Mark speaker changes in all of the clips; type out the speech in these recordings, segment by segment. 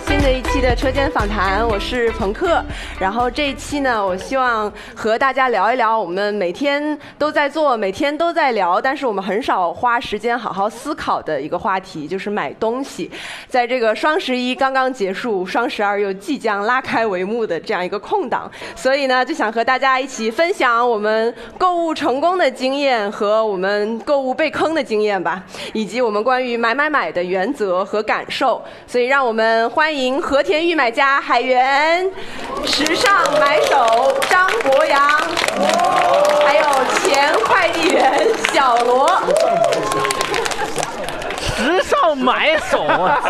Speaker 1: 新的一期的车间访谈，我是朋克。然后这一期呢，我希望和大家聊一聊我们每天都在做、每天都在聊，但是我们很少花时间好好思考的一个话题，就是买东西。在这个双十一刚刚结束，双十二又即将拉开帷幕的这样一个空档，所以呢，就想和大家一起分享我们购物成功的经验和我们购物被坑的经验吧，以及我们关于买买买的原则和感受。所以，让我们欢迎和田玉买家海源、时尚买手张博洋，还有前快递员小罗。
Speaker 2: 时尚买手 啊！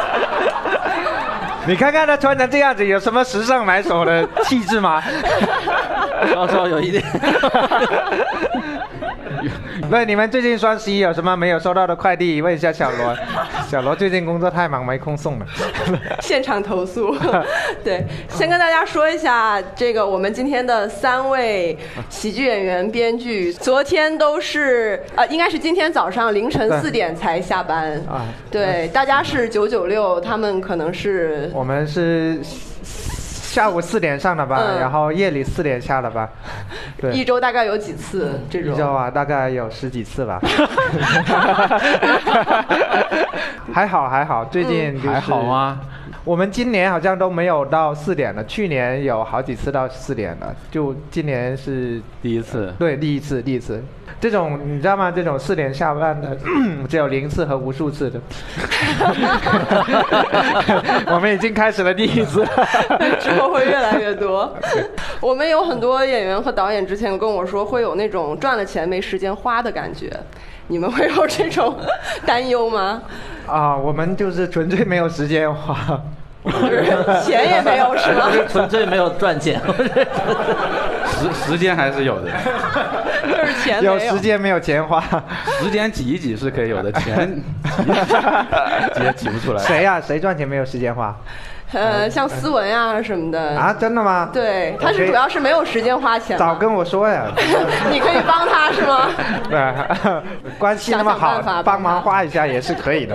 Speaker 3: 你看看他穿成这样子，有什么时尚买手的气 质吗？
Speaker 2: 稍稍有一点。
Speaker 3: 那你们最近双十一有什么没有收到的快递？问一下小罗。小罗最近工作太忙，没空送了。
Speaker 1: 现场投诉。 对，先跟大家说一下，这个我们今天的三位喜剧演员、编剧，昨天都是呃，应该是今天早上凌晨四点才下班。
Speaker 3: 啊
Speaker 1: 对，大家是九九六，他们可能是
Speaker 3: 我们是下午四点上的班，
Speaker 1: 嗯
Speaker 3: 然后夜里四点下的班。对，
Speaker 1: 一周大概有几次这种
Speaker 3: 一。周啊，大概有十几次吧。还好还好，最近、就是
Speaker 2: 嗯还好啊吗？
Speaker 3: 我们今年好像都没有到四点了，去年有好几次到四点了，就今年是
Speaker 2: 第一次，
Speaker 3: 对第一次第一次。这种你知道吗？这种四点下班的 只有零次和无数次的。 我们已经开始了第一 次。
Speaker 1: 之后会越来越多。我们有很多演员和导演之前跟我说，会有那种赚了钱没时间花的感觉。你们会有这种 担忧吗？
Speaker 3: 啊，我们就是纯粹没有时 间花。
Speaker 1: 就是钱也没有是吗？
Speaker 2: 纯粹没有赚钱。
Speaker 4: 时时间还是有的，
Speaker 1: 就是钱没
Speaker 3: 有时间没有钱花，
Speaker 4: 时间挤一挤是可以 有的，钱挤一 挤挤也挤不出来。
Speaker 3: 谁呀、谁赚钱没有时间花
Speaker 1: 呃，像斯文啊什么的。
Speaker 3: 啊？真的吗？，
Speaker 1: 对，他
Speaker 3: 我可
Speaker 1: 是
Speaker 3: 以
Speaker 1: 主要是没有时间花钱嘛。
Speaker 3: 早跟我说呀。
Speaker 1: 你可以帮他是吗？
Speaker 3: 对， 关系那么
Speaker 1: 想
Speaker 3: 好
Speaker 1: 想办法，
Speaker 3: 帮忙花一下也是可以的。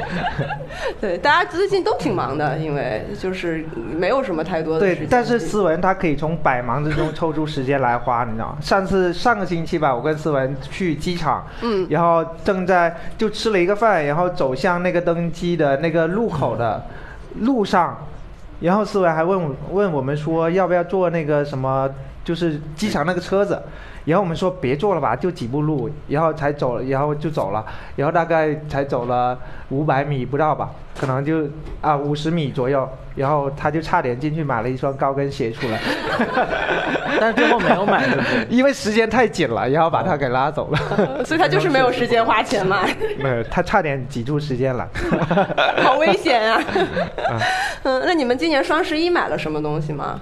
Speaker 1: 对，大家最近都挺忙的，因为就是没有什么太多的时
Speaker 3: 对
Speaker 1: 间，
Speaker 3: 但是思文他可以从百忙之中抽出时间来花，你知道吗？上次上个星期吧，我跟思文去机场，嗯，然后正在就吃了一个饭，然后走向那个登机的那个路口的路上，然后思文还问我问我们说要不要坐那个什么，就是机场那个车子。然后我们说别坐了吧，就几步路，然后才走，然后就走了，然后大概才走了五百米不到吧，可能就啊五十米左右，然后他就差点进去买了一双高跟鞋出来，
Speaker 2: 但是最后没有买，对不对？
Speaker 3: 因为时间太紧了，然后把他给拉走 了，
Speaker 1: 所以他就是没有时间花钱 买。
Speaker 3: 没有，他差点挤出时间来。
Speaker 1: 好危险啊！ 嗯，那你们今年双十一买了什么东西吗？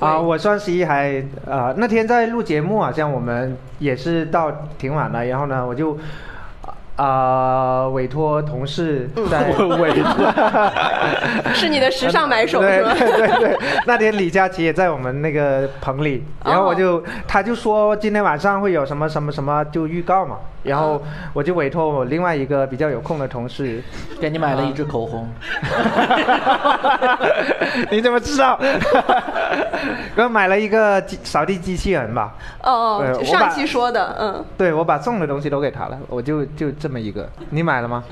Speaker 3: 啊，我双十一还呃那天在录节目啊，像我们也是到挺晚了，然后呢我就。啊、委托同事在委托，
Speaker 1: 是你的时尚买手
Speaker 3: 对
Speaker 1: 是吗？
Speaker 3: 对对对，那天李佳琦也在我们那个棚里，
Speaker 2: 哦
Speaker 3: 然后我就、他就说今天晚上会有什么什么什么就预告嘛，然后
Speaker 2: 哦
Speaker 3: 我就委托我另外一个比较有空的同事，
Speaker 2: 给你买了一支口红，
Speaker 3: 你怎么知道？ 我买了一个机扫地机器人吧，对
Speaker 1: 哦，
Speaker 3: 我
Speaker 1: 上
Speaker 3: 把
Speaker 1: 期说的，嗯，
Speaker 3: 对我把送的东西都给他了，我就就这么一个，你买了吗？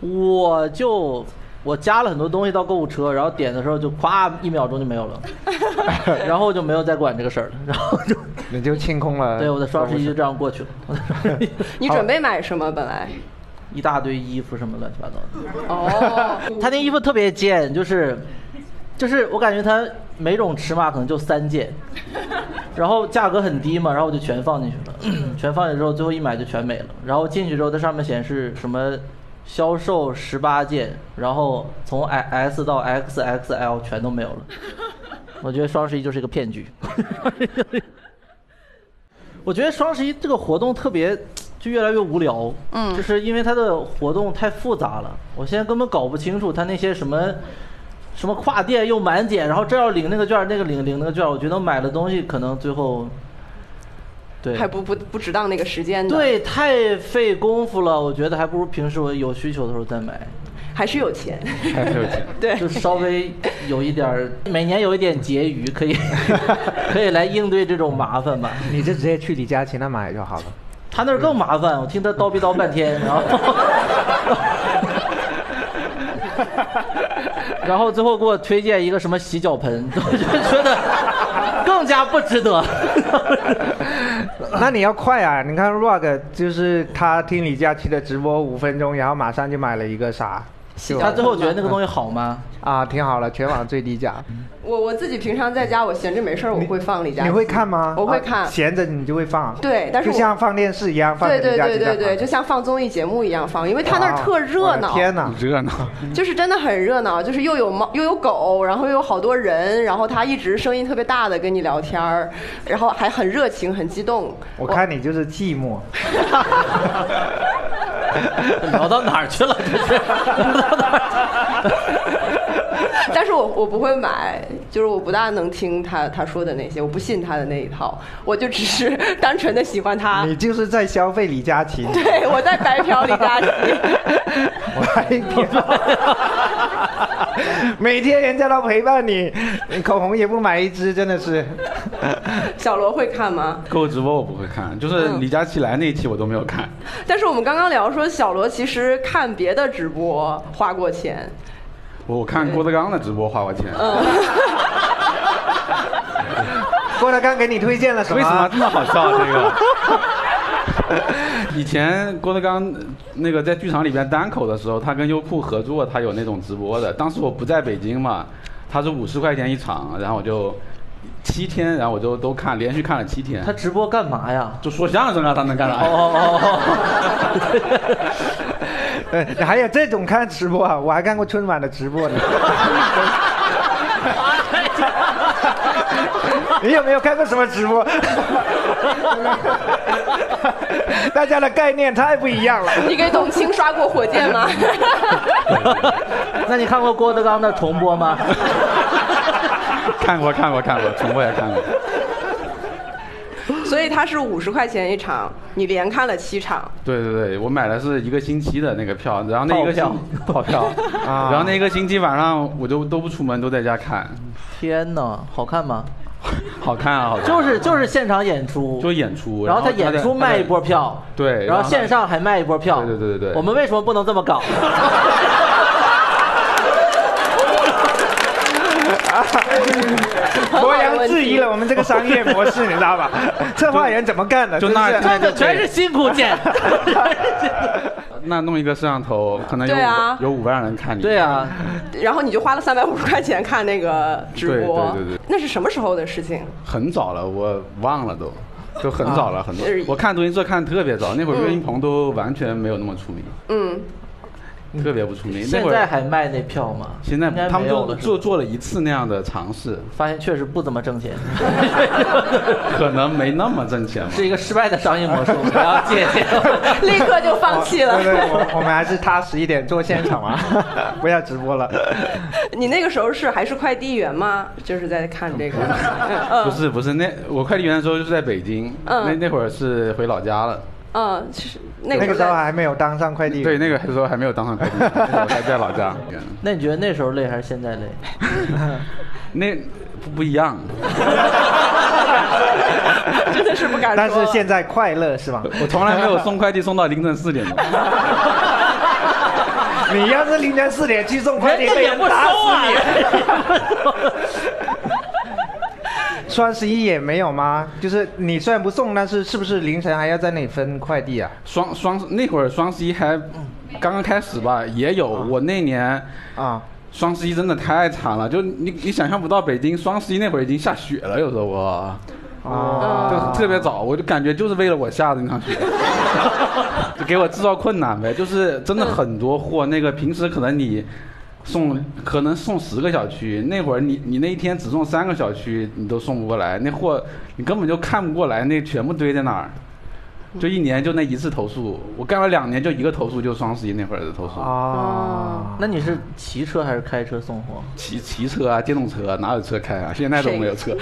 Speaker 2: 我就我加了很多东西到购物车，然后点的时候就咵一秒钟就没有 了，然后我就没有再管这个事儿了，然后就
Speaker 3: 你就清空了。
Speaker 2: 对我的双十一就这样过去了， 我的双十一
Speaker 1: 你准备买什么本来？
Speaker 2: 一大堆衣服什么乱七八糟的。
Speaker 1: 哦，
Speaker 2: 他那衣服特别贱，就是，就是我感觉他每种尺码可能就三件，然后价格很低嘛，然后我就全放进去了，全放进去之后最后一买就全没了，然后进去之后它上面显示什么销售十八件，然后从 I S 到 X X L 全都没有了，我觉得双十一就是一个骗局。我觉得双十一这个活动特别就越来越无聊。
Speaker 1: 嗯
Speaker 2: 就是因为它的活动太复杂了，我现在根本搞不清楚它那些什么。什么跨店又满减，然后这要领那个券儿，那个领领那个券儿，我觉得买的东西可能最后，对，
Speaker 1: 还不不不值当那个时间的，，
Speaker 2: 对，太费功夫了，我觉得还不如平时我有需求的时候再买，
Speaker 1: 还是有钱，
Speaker 4: 还是有钱。
Speaker 1: 对，
Speaker 2: 就稍微有一点儿，每年有一点结余，可以可以来应对这种麻烦吧。
Speaker 3: 你就直接去李佳琦那买就好了。
Speaker 2: 他那儿更麻烦，我听他叨逼叨半天，然后 然后最后给我推荐一个什么洗脚盆， 我就觉得更加不值得。
Speaker 3: 那你要快啊！你看 Rog 就是他听李佳琦的直播五分钟，然后马上就买了一个啥，就
Speaker 2: 他最后觉得那个东西好吗？
Speaker 3: 啊，挺好了，全网最 低价。
Speaker 1: 我我自己平常在家我闲着没事儿我会放李佳琦，
Speaker 3: 你会看吗？
Speaker 1: 我会
Speaker 3: 啊
Speaker 1: 看
Speaker 3: 闲着你就会放。
Speaker 1: 对但是
Speaker 3: 就
Speaker 1: 我
Speaker 3: 像放电视一样放
Speaker 1: 对
Speaker 3: 给
Speaker 1: 对
Speaker 3: 李佳
Speaker 1: 对
Speaker 3: 琦在
Speaker 1: 对对，
Speaker 3: 看。
Speaker 1: 就像放综艺节目一样放，因为他那儿特热
Speaker 3: 啊我的
Speaker 1: 闹，
Speaker 3: 天哪！
Speaker 4: 热闹，
Speaker 1: 就是真的很热闹，就是又有猫又有狗，然后又有好多人，然后他一直声音特别大的跟你聊天儿，然后还很热情，很激动。
Speaker 3: 我看你就是寂寞。
Speaker 2: 聊到哪儿去了？ 这是聊到哪儿去了？
Speaker 1: 但是我我不会买，就是我不大能听他他说的那些，我不信他的那一套，我就只是 单纯的喜欢他
Speaker 3: 你。就是在消费李 佳琦。
Speaker 1: 对，我在白嫖李佳琦，
Speaker 3: 我还天， 每天人家都陪伴你，你口红也不买一支，真的是。
Speaker 1: 小罗会看吗？
Speaker 4: 购物直播我不会看，就是李佳琦来那一期我都没有看。
Speaker 1: 但是我们刚刚聊说，小罗其实看别的直播花过钱，
Speaker 4: 我我看郭德纲的直播花过钱，
Speaker 3: 郭德纲给你推荐了什么？
Speaker 4: 为什么这么好笑？这个。 以前郭德纲那个在剧场里边单口的时候，他跟优酷合作，他有那种直播的。当时我不在北京嘛，他是五十块钱一场，然后我就七天，然后我就都看，连续看了七天
Speaker 2: 他。直播干嘛呀？
Speaker 4: 就说相声啊，他能干啥
Speaker 2: 哦
Speaker 4: 呀？
Speaker 2: 哦
Speaker 3: 呃，还有这种看直播啊？我还看过春晚的直播 呢。你有没有看过什么直播？大家的概念太不一样了。
Speaker 1: 你给董卿刷过火箭吗？
Speaker 2: 哦，那你看过郭德纲的重播吗？
Speaker 4: 看过，看过，看 过，重播也看过。
Speaker 1: 所以他是五十块钱一场，你连看了七场，
Speaker 4: 对对对，我买的是一个星期的那个票，然后那一个星
Speaker 2: 跑 票。
Speaker 3: 啊
Speaker 4: 然后那一个星期晚上我就都不出门，都在家看，
Speaker 2: 天哪，好看吗？
Speaker 4: 好看啊，好看。
Speaker 2: 就是就是现场演出，
Speaker 4: 就演出，
Speaker 2: 然后他
Speaker 4: 他
Speaker 2: 演
Speaker 4: 在
Speaker 2: 出卖一波，票，
Speaker 4: 对
Speaker 2: 然
Speaker 4: 然
Speaker 2: 后
Speaker 4: 后
Speaker 2: 线上还卖一波票，
Speaker 4: 对对对对对
Speaker 2: 我们为什么不能这么 搞？
Speaker 3: 博洋质疑了我们这个商业模式，你知道 吧？策划人怎么干的？
Speaker 4: 就
Speaker 3: 真
Speaker 4: 那
Speaker 3: 是
Speaker 2: 这个全是辛苦钱。
Speaker 4: 他在那弄一个摄像头，可能有
Speaker 1: 对啊
Speaker 4: 有五万人看 你。
Speaker 2: 对啊，
Speaker 1: 然后你就花了三百五十块钱看那个直播，
Speaker 4: 对对对对
Speaker 1: 那是什么时候的事情？
Speaker 4: 很早了，我忘了都，就很早
Speaker 2: 啊
Speaker 4: 了，很早
Speaker 1: 是。
Speaker 4: 我看德云社看得特别早，那会
Speaker 2: 嗯
Speaker 4: 儿岳云鹏都完全没有那么出名，
Speaker 1: 嗯，
Speaker 4: 特别不出名。那
Speaker 2: 现
Speaker 4: 会
Speaker 2: 在
Speaker 4: 儿
Speaker 2: 还卖那票吗？
Speaker 4: 现在
Speaker 2: 应该
Speaker 4: 他们
Speaker 2: 没有
Speaker 4: 就
Speaker 2: 了
Speaker 4: 做
Speaker 2: 是吧
Speaker 4: 做了一次那样的尝试，
Speaker 2: 发现确实不怎么挣钱，
Speaker 4: 可能没那么挣钱嘛。
Speaker 2: 是一个失败的商业模式，我要借鉴。
Speaker 1: 立刻就放弃了
Speaker 3: 啊对。对，我我们还是踏实一点做现场 啊，不要直播了。
Speaker 1: 你那个时候是还是快递员吗？就是在看这个，
Speaker 4: 不
Speaker 1: 嗯
Speaker 4: 是不是，那我快递员的时候就是在北京，
Speaker 1: 嗯
Speaker 4: 那那会儿是回老家了。
Speaker 1: 嗯，是那
Speaker 3: 那
Speaker 1: 个
Speaker 3: 个
Speaker 1: 时
Speaker 3: 时
Speaker 1: 候
Speaker 3: 候啊
Speaker 1: 在
Speaker 3: 还没有当上快递员。
Speaker 4: 对，那个时候还没有当上快递员，那会儿还在老家。
Speaker 2: 那你觉得那时候累还是现在累？
Speaker 4: 那不不一样，
Speaker 1: 真 的是不敢说。
Speaker 3: 但是现在快乐是吧？
Speaker 4: 我从来没有送快递送到凌晨四点钟。
Speaker 3: 你要是凌晨四点去送快递，
Speaker 2: 人家
Speaker 3: 被
Speaker 2: 也
Speaker 3: 人
Speaker 2: 不收
Speaker 3: 打
Speaker 2: 啊
Speaker 3: 死！你。双十一也没有吗？就是你虽然不送，但是是不是凌晨还要在那里分快递啊？
Speaker 4: 双双那会儿双十一还刚刚开始吧，也有。我那年
Speaker 3: 啊，
Speaker 4: 双十一真的太惨了，就你你想象不到，北京双十一那会儿已经下雪了，有时候我。
Speaker 3: 啊
Speaker 4: 就特别早，我就感觉就是为了我下的那场雪，就给我制造困难呗。就是真的很多货，那个平时可能你送可能送十个小区，那会儿你你那一天只送三个小区，你都送不过来，那货你根本就看不过来，那全部堆在那儿。就一年就那一次投诉，我干了两年就一个投诉，就双十一那会儿的投诉。
Speaker 3: 啊，
Speaker 2: 那你是骑车还是开车送货？
Speaker 4: 骑骑车啊，电动车啊哪有车开啊？现在都没有车。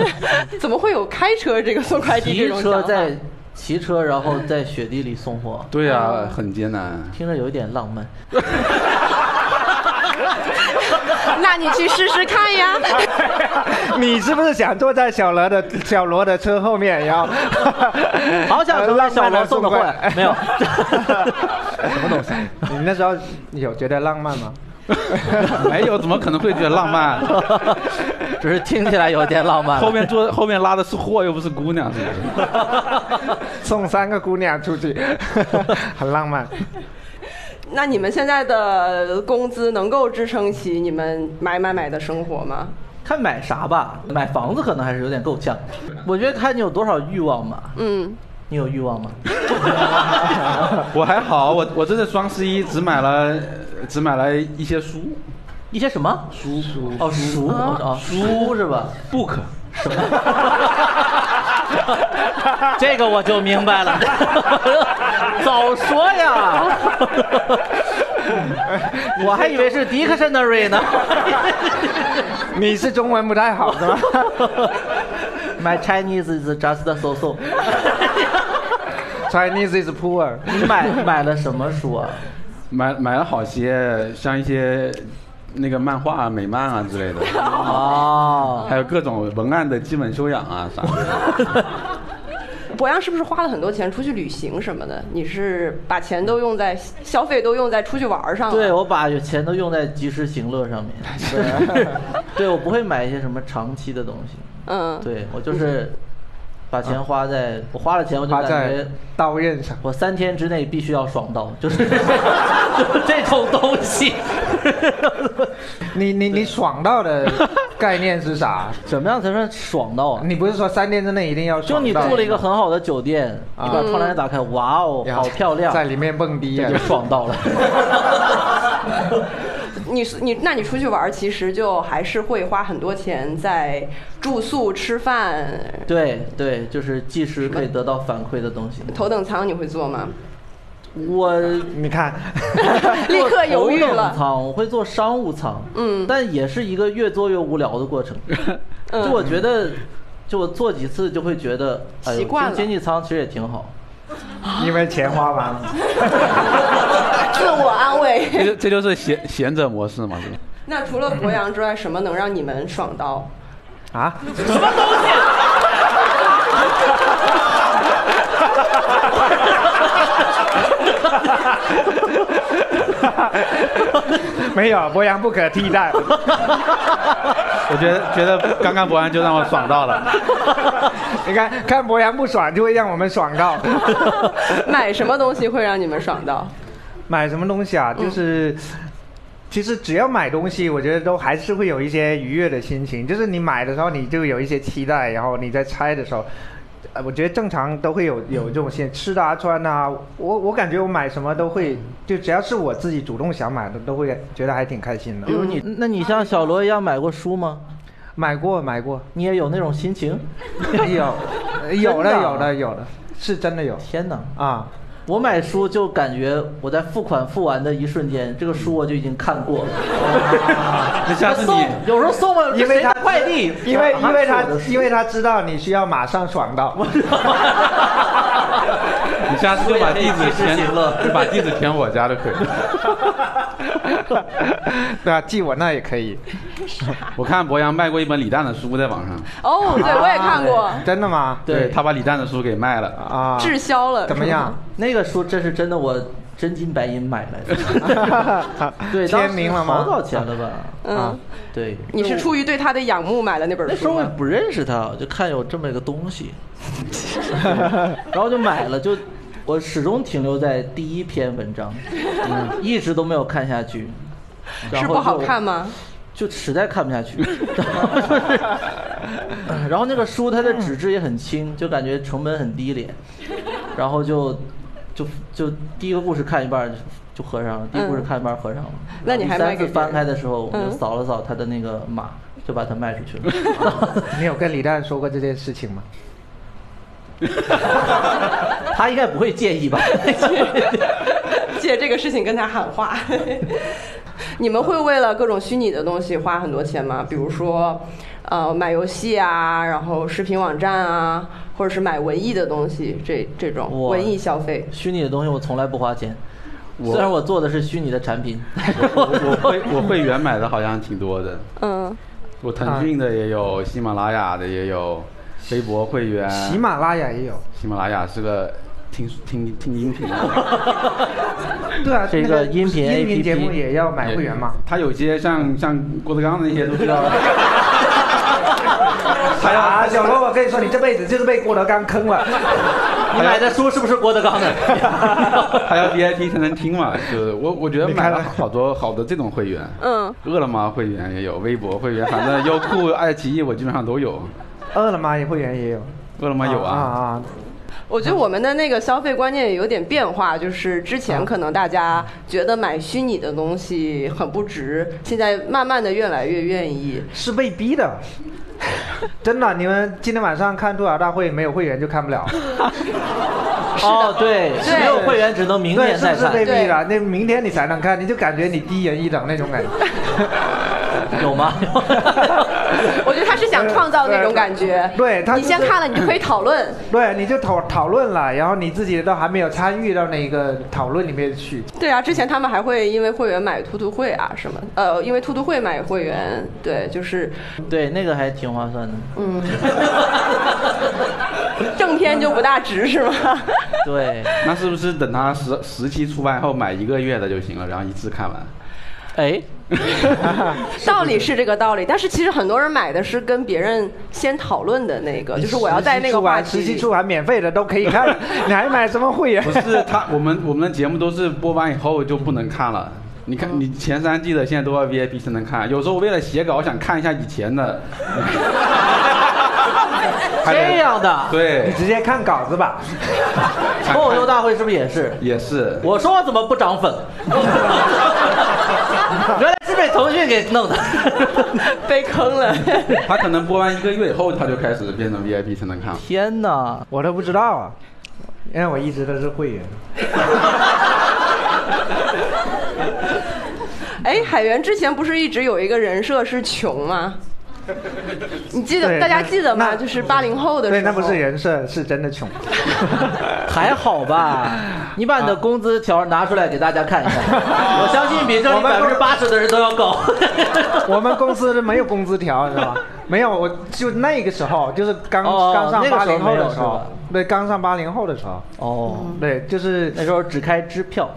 Speaker 1: 怎么会有开车这个送快递这
Speaker 2: 骑
Speaker 1: 种
Speaker 2: 车
Speaker 1: 想法？
Speaker 2: 在骑车，然后在雪地里送货，
Speaker 4: 对啊，很艰难。
Speaker 2: 听着有一点浪漫。
Speaker 1: 那你去试试看呀。
Speaker 3: 你是不是想坐在小罗的小罗的车后面，然后
Speaker 2: 好想成为小罗送的货呀，没有，
Speaker 3: 什么东西？你那时候有觉得浪漫吗？
Speaker 4: 没有，怎么可能会觉得浪漫？
Speaker 2: 只是听起来有点浪漫了。
Speaker 4: 后面坐后面拉的是货，又不是姑娘，是不 是？
Speaker 3: 送三个姑娘出去， 很浪漫。
Speaker 1: 那你们现在的工资能够支撑起你们买买买的生活吗？
Speaker 2: 看买啥吧，买房子可能还是有点够呛。我觉得看你有多少欲望吧。
Speaker 1: 嗯，
Speaker 2: 你有欲望吗？
Speaker 4: 我还好，我我这次双十一只买了只买了一些书
Speaker 2: 一些什么
Speaker 4: 书书
Speaker 2: 哦，熟哦，熟是吧？
Speaker 4: book，
Speaker 2: 这个我就明白 了，早说呀！ 我还以为是 dictionary 呢。
Speaker 3: 你是中文不太好是吧？
Speaker 2: My Chinese is just so so。
Speaker 3: Chinese is poor。
Speaker 2: 你买买了什么书啊？
Speaker 4: 买买了好些，像一些那个漫画、啊、美漫啊之类的，
Speaker 2: 哦，
Speaker 4: 还有各种文案的基本修养啊啥 的。
Speaker 1: 博洋是不是花了很多钱出去旅行什么的？你是把钱都用在消费都用在出去玩儿上了？
Speaker 2: 对，我把有钱都用在及时行乐上面。 对，对我不会买一些什么长期的东西。
Speaker 1: 嗯，
Speaker 2: 对我就是把钱花在，我花了钱我就
Speaker 3: 花
Speaker 2: 感
Speaker 3: 在
Speaker 2: 觉
Speaker 3: 刀刃上。
Speaker 2: 我三天之内必须要爽到，就是 就是这种东西。
Speaker 3: 你你你爽到 的概念是啥？
Speaker 2: 怎么样才算爽到啊？
Speaker 3: 你不是说三天之内一定要
Speaker 2: 就
Speaker 3: 爽
Speaker 2: 你
Speaker 3: 到
Speaker 2: 住了一个很好的酒店，
Speaker 3: 啊
Speaker 2: 你把窗帘打开，哇哦，
Speaker 3: 然
Speaker 2: 好
Speaker 3: 后
Speaker 2: 漂亮，
Speaker 3: 哎在里面蹦迪
Speaker 2: 这
Speaker 3: 啊
Speaker 2: 就！爽到了。
Speaker 1: 你是你那你出去玩儿，其实就还是会花很多钱在住宿、吃饭、
Speaker 2: 对对，就是即时可以得到反馈的东西。
Speaker 1: 头等舱，你会做吗？
Speaker 2: 我
Speaker 3: 你看，
Speaker 1: 立刻犹豫
Speaker 2: 头等
Speaker 1: 了。
Speaker 2: 舱，我会做商务舱，
Speaker 1: 嗯
Speaker 2: 但也是一个越做越无聊的过程。就我觉得，就我做几次就会觉得，哎呦
Speaker 1: 习惯了
Speaker 2: 经经济舱其实也挺好。
Speaker 3: 因为钱花完了。
Speaker 1: 自我安慰。
Speaker 4: 这就这就是闲闲者模式嘛，是吧？
Speaker 1: 那除了博洋之外，什么能让你们爽到？
Speaker 3: 啊？什么东西？ 没有，博洋不可替代。
Speaker 4: 我觉得觉得刚刚博安就让我爽到了。
Speaker 3: 你看，看博洋不爽，就会让我们爽到。
Speaker 1: 买什么东西会让你们爽到？
Speaker 3: 买什么东西啊？
Speaker 2: 嗯
Speaker 3: 就是。其实只要买东西，我觉得都还是会有一些愉悦的心情。就是你买的时候，你就有一些期待，然后你在拆的时候，呃，我觉得正常都会有
Speaker 2: 嗯
Speaker 3: 有这种现吃的啊、穿的啊。我我感觉我买什么都
Speaker 2: 嗯
Speaker 3: 会，就只要是我自己主动想买的，都会觉得还挺开心的
Speaker 2: 比。如你，那你像小罗一样买过书吗？
Speaker 3: 买过，买 过，
Speaker 2: 你也有那种心情？
Speaker 3: 有，有
Speaker 2: 真的
Speaker 3: 的，
Speaker 2: 啊
Speaker 3: 有的，有的，是真的有
Speaker 2: 天哪！
Speaker 3: 啊。
Speaker 2: 我买书就感觉我在付款付完的一瞬间，这个书我就已经看过了。
Speaker 4: 那下次
Speaker 2: 送
Speaker 4: 你
Speaker 2: 有时候送了，
Speaker 3: 因为他
Speaker 2: 谁的快递，
Speaker 3: 因为因为他
Speaker 2: 啊
Speaker 3: 因为他知道你需要马上 爽到。
Speaker 4: 你下次就把地址
Speaker 2: 我也可以及时
Speaker 4: 填
Speaker 2: 行乐，
Speaker 4: 就把地址填我家就可以了。
Speaker 3: 对啊，寄 我那也可以。
Speaker 4: 我看博洋卖过一本李诞的书在网上，
Speaker 1: 哦，对
Speaker 3: 啊
Speaker 1: 我也看过，
Speaker 3: 真的吗？
Speaker 2: 对
Speaker 4: 他把李诞的书给卖了。
Speaker 3: 啊，
Speaker 1: 滞销了。
Speaker 3: 怎么样？
Speaker 2: 那个书，这是真的，我真金白银买来的。 对，当时
Speaker 3: 签名了吗？
Speaker 2: 好早前了吧？
Speaker 3: 啊
Speaker 1: 嗯，
Speaker 2: 对，
Speaker 1: 你是出于对他的仰慕买的那
Speaker 2: 那
Speaker 1: 本
Speaker 2: 时候
Speaker 1: 书
Speaker 2: 我也
Speaker 1: 吗？
Speaker 2: 不认识他，我就看有这么一个东西， 然后就买了，就我始终停留在第一篇文章，嗯、一直都没有看下去。
Speaker 1: 是不好看？吗？
Speaker 2: 就实在看不下 去。 然后那个书它的纸质也很轻，就感觉成本很低廉，然后就就就第一个故事看一半儿就就合上了，第一个故事看一半儿合上了。
Speaker 1: 嗯那你还
Speaker 2: 第
Speaker 1: 卖
Speaker 2: 三
Speaker 1: 给
Speaker 2: 次
Speaker 1: 别人
Speaker 2: 翻开的时候，我就
Speaker 1: 嗯
Speaker 2: 扫了扫它的那个码，就把它卖出去了。
Speaker 3: 你有跟李诞说过这件事情吗？
Speaker 2: 他应该不会介意吧？
Speaker 1: 借这个事情跟他喊话。 你们会为了各种虚拟的东西花很多钱吗？比如说，呃，买游戏啊，然后视频网站啊，或者是买文艺的东西，这这种
Speaker 2: 我
Speaker 1: 文艺消费。
Speaker 2: 虚拟的东西我从来不花钱，
Speaker 4: 我
Speaker 2: 虽然我做的是虚拟的产品，
Speaker 4: 我我会我会员买的好像挺多的，
Speaker 1: 嗯，
Speaker 4: 我腾讯的也有，喜马拉雅的也有，微博会员。
Speaker 2: 呃
Speaker 3: 喜马拉雅也有，
Speaker 4: 喜马拉雅是个听听听音频的，
Speaker 3: 对啊，
Speaker 2: 这
Speaker 3: 那
Speaker 2: 个
Speaker 3: 个
Speaker 2: 音频
Speaker 3: 音
Speaker 2: APP
Speaker 3: 频节目也要 买会员嘛。
Speaker 4: 他有些像像郭德纲的那些都知道。 还有
Speaker 3: 啊，小罗，我跟你说，你这辈子就是被郭德纲坑了。
Speaker 2: 你买的书是不是郭德纲的？
Speaker 4: 还要 VIP 才能听嘛，就是我我觉得
Speaker 3: 你
Speaker 4: 买
Speaker 3: 看
Speaker 4: 了
Speaker 3: 看
Speaker 4: 好多好多这种会员，
Speaker 1: 嗯，
Speaker 4: 饿了么会员也有，微博会员，反正优酷、爱奇艺我基本上都有，
Speaker 3: 饿了么也会员也有。
Speaker 4: 饿了么有
Speaker 3: 啊
Speaker 4: 啊，
Speaker 3: 啊！
Speaker 1: 我觉得我们的那个消费观念也有点变化，就是之
Speaker 3: 嗯
Speaker 1: 前可能大家觉得买虚拟的东西很不值，现在慢慢的越来越愿 意。
Speaker 3: 是被逼的。真的，你们今天晚上看吐槽大会，没有会员就看不了，
Speaker 2: 哦，对，
Speaker 1: 对
Speaker 2: 没有会员只能明
Speaker 3: 对，
Speaker 2: 年
Speaker 3: 是
Speaker 2: 再
Speaker 3: 不是被
Speaker 2: 看，
Speaker 3: 逼的？那明天你才能看，你就感觉你低人一等那种感觉。
Speaker 2: 有吗？
Speaker 1: 我觉得他是想创造那种感觉。
Speaker 3: 对他
Speaker 1: 你先
Speaker 3: 就是嗯
Speaker 1: 看了，你就可以讨论。
Speaker 3: 对，你就讨讨论了，然后你自己都还没有参与到那个讨论里面去。
Speaker 1: 对啊，之前他们还会因为会员买兔兔会啊什么，呃，因为兔兔会买会员，对，就是
Speaker 2: 对，那个还挺划算的。
Speaker 1: 正片就不大值是 吗？
Speaker 2: 对，
Speaker 4: 那是不是等它十十期出完后买一个月的就行了，然后一次看完？
Speaker 2: 哎，
Speaker 1: 道理是这个道理，但是其实很多人买的是跟别人先讨论的那个，就是我要在那个话题
Speaker 3: 实习
Speaker 1: 里
Speaker 3: 出。完免费的都可以看，你还买什么会员
Speaker 4: 不？是他，我们我们的节目都是播完以后就不能看了。你
Speaker 1: 嗯
Speaker 4: 看，你前三季的现在都要 VIP 才能看。有时候我为了写稿，我想看一下以前的。还得
Speaker 2: 这样的
Speaker 3: 你
Speaker 4: 对，
Speaker 3: 直接看稿子吧。
Speaker 4: 看
Speaker 2: 脱口秀大会是不是也是？
Speaker 4: 也是。
Speaker 2: 我说我怎么不涨 粉？原来是被腾讯给弄的。
Speaker 1: 被坑 了，
Speaker 4: 他可能播完一个月以后，他就开始变成 VIP 才能看。
Speaker 2: 天哪！
Speaker 3: 我都不知道啊，因为我一直都是会员。
Speaker 1: 哎，海源之前不是一直有一个人设是穷 吗？你记得
Speaker 3: 对
Speaker 1: 大家记得吗？
Speaker 3: 那
Speaker 1: 就是八零后的时候，
Speaker 3: 对，那不是人设，是真的穷。
Speaker 2: 还好吧？你把你的工资条拿出来给大家看一看，啊我相信比这里
Speaker 3: 我们
Speaker 2: 百分之八十的人都要高。
Speaker 3: 我们公司没有工资条，你知道吗？没有，我就那个时候，就是刚、
Speaker 2: 哦
Speaker 3: 刚上
Speaker 2: 那个
Speaker 3: 八
Speaker 2: 时候
Speaker 3: 零
Speaker 2: 没
Speaker 3: 后
Speaker 2: 有
Speaker 3: 的
Speaker 2: 是
Speaker 3: 时
Speaker 2: 吧
Speaker 3: 候，对，刚上八零后的时候，
Speaker 2: 哦，
Speaker 3: 对，就是
Speaker 2: 那时候只开支票。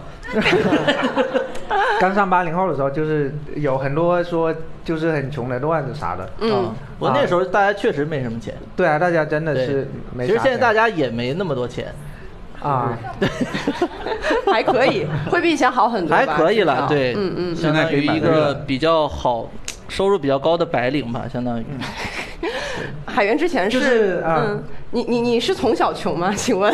Speaker 3: 刚上八零后的时候，就是有很多说就是很穷的段子啥的。
Speaker 1: 嗯
Speaker 2: 啊，我那时候大家确实没什么钱，
Speaker 3: 对啊，大家真的
Speaker 2: 对
Speaker 3: 是没
Speaker 2: 其
Speaker 3: 啥钱。
Speaker 2: 实现在大家也没那么多钱，
Speaker 3: 啊，
Speaker 1: 还可 以，会比以前好很多吧，
Speaker 2: 还可以
Speaker 1: 至
Speaker 2: 了，
Speaker 1: 少
Speaker 2: 对，
Speaker 1: 嗯嗯，
Speaker 2: 相当于一
Speaker 4: 现在可以买这
Speaker 2: 个
Speaker 4: 个
Speaker 2: 比较好、收入比较高的白领吧，相当于。
Speaker 1: 海源之前是，
Speaker 3: 就是啊
Speaker 1: 嗯，你你你是从小穷吗？请 问？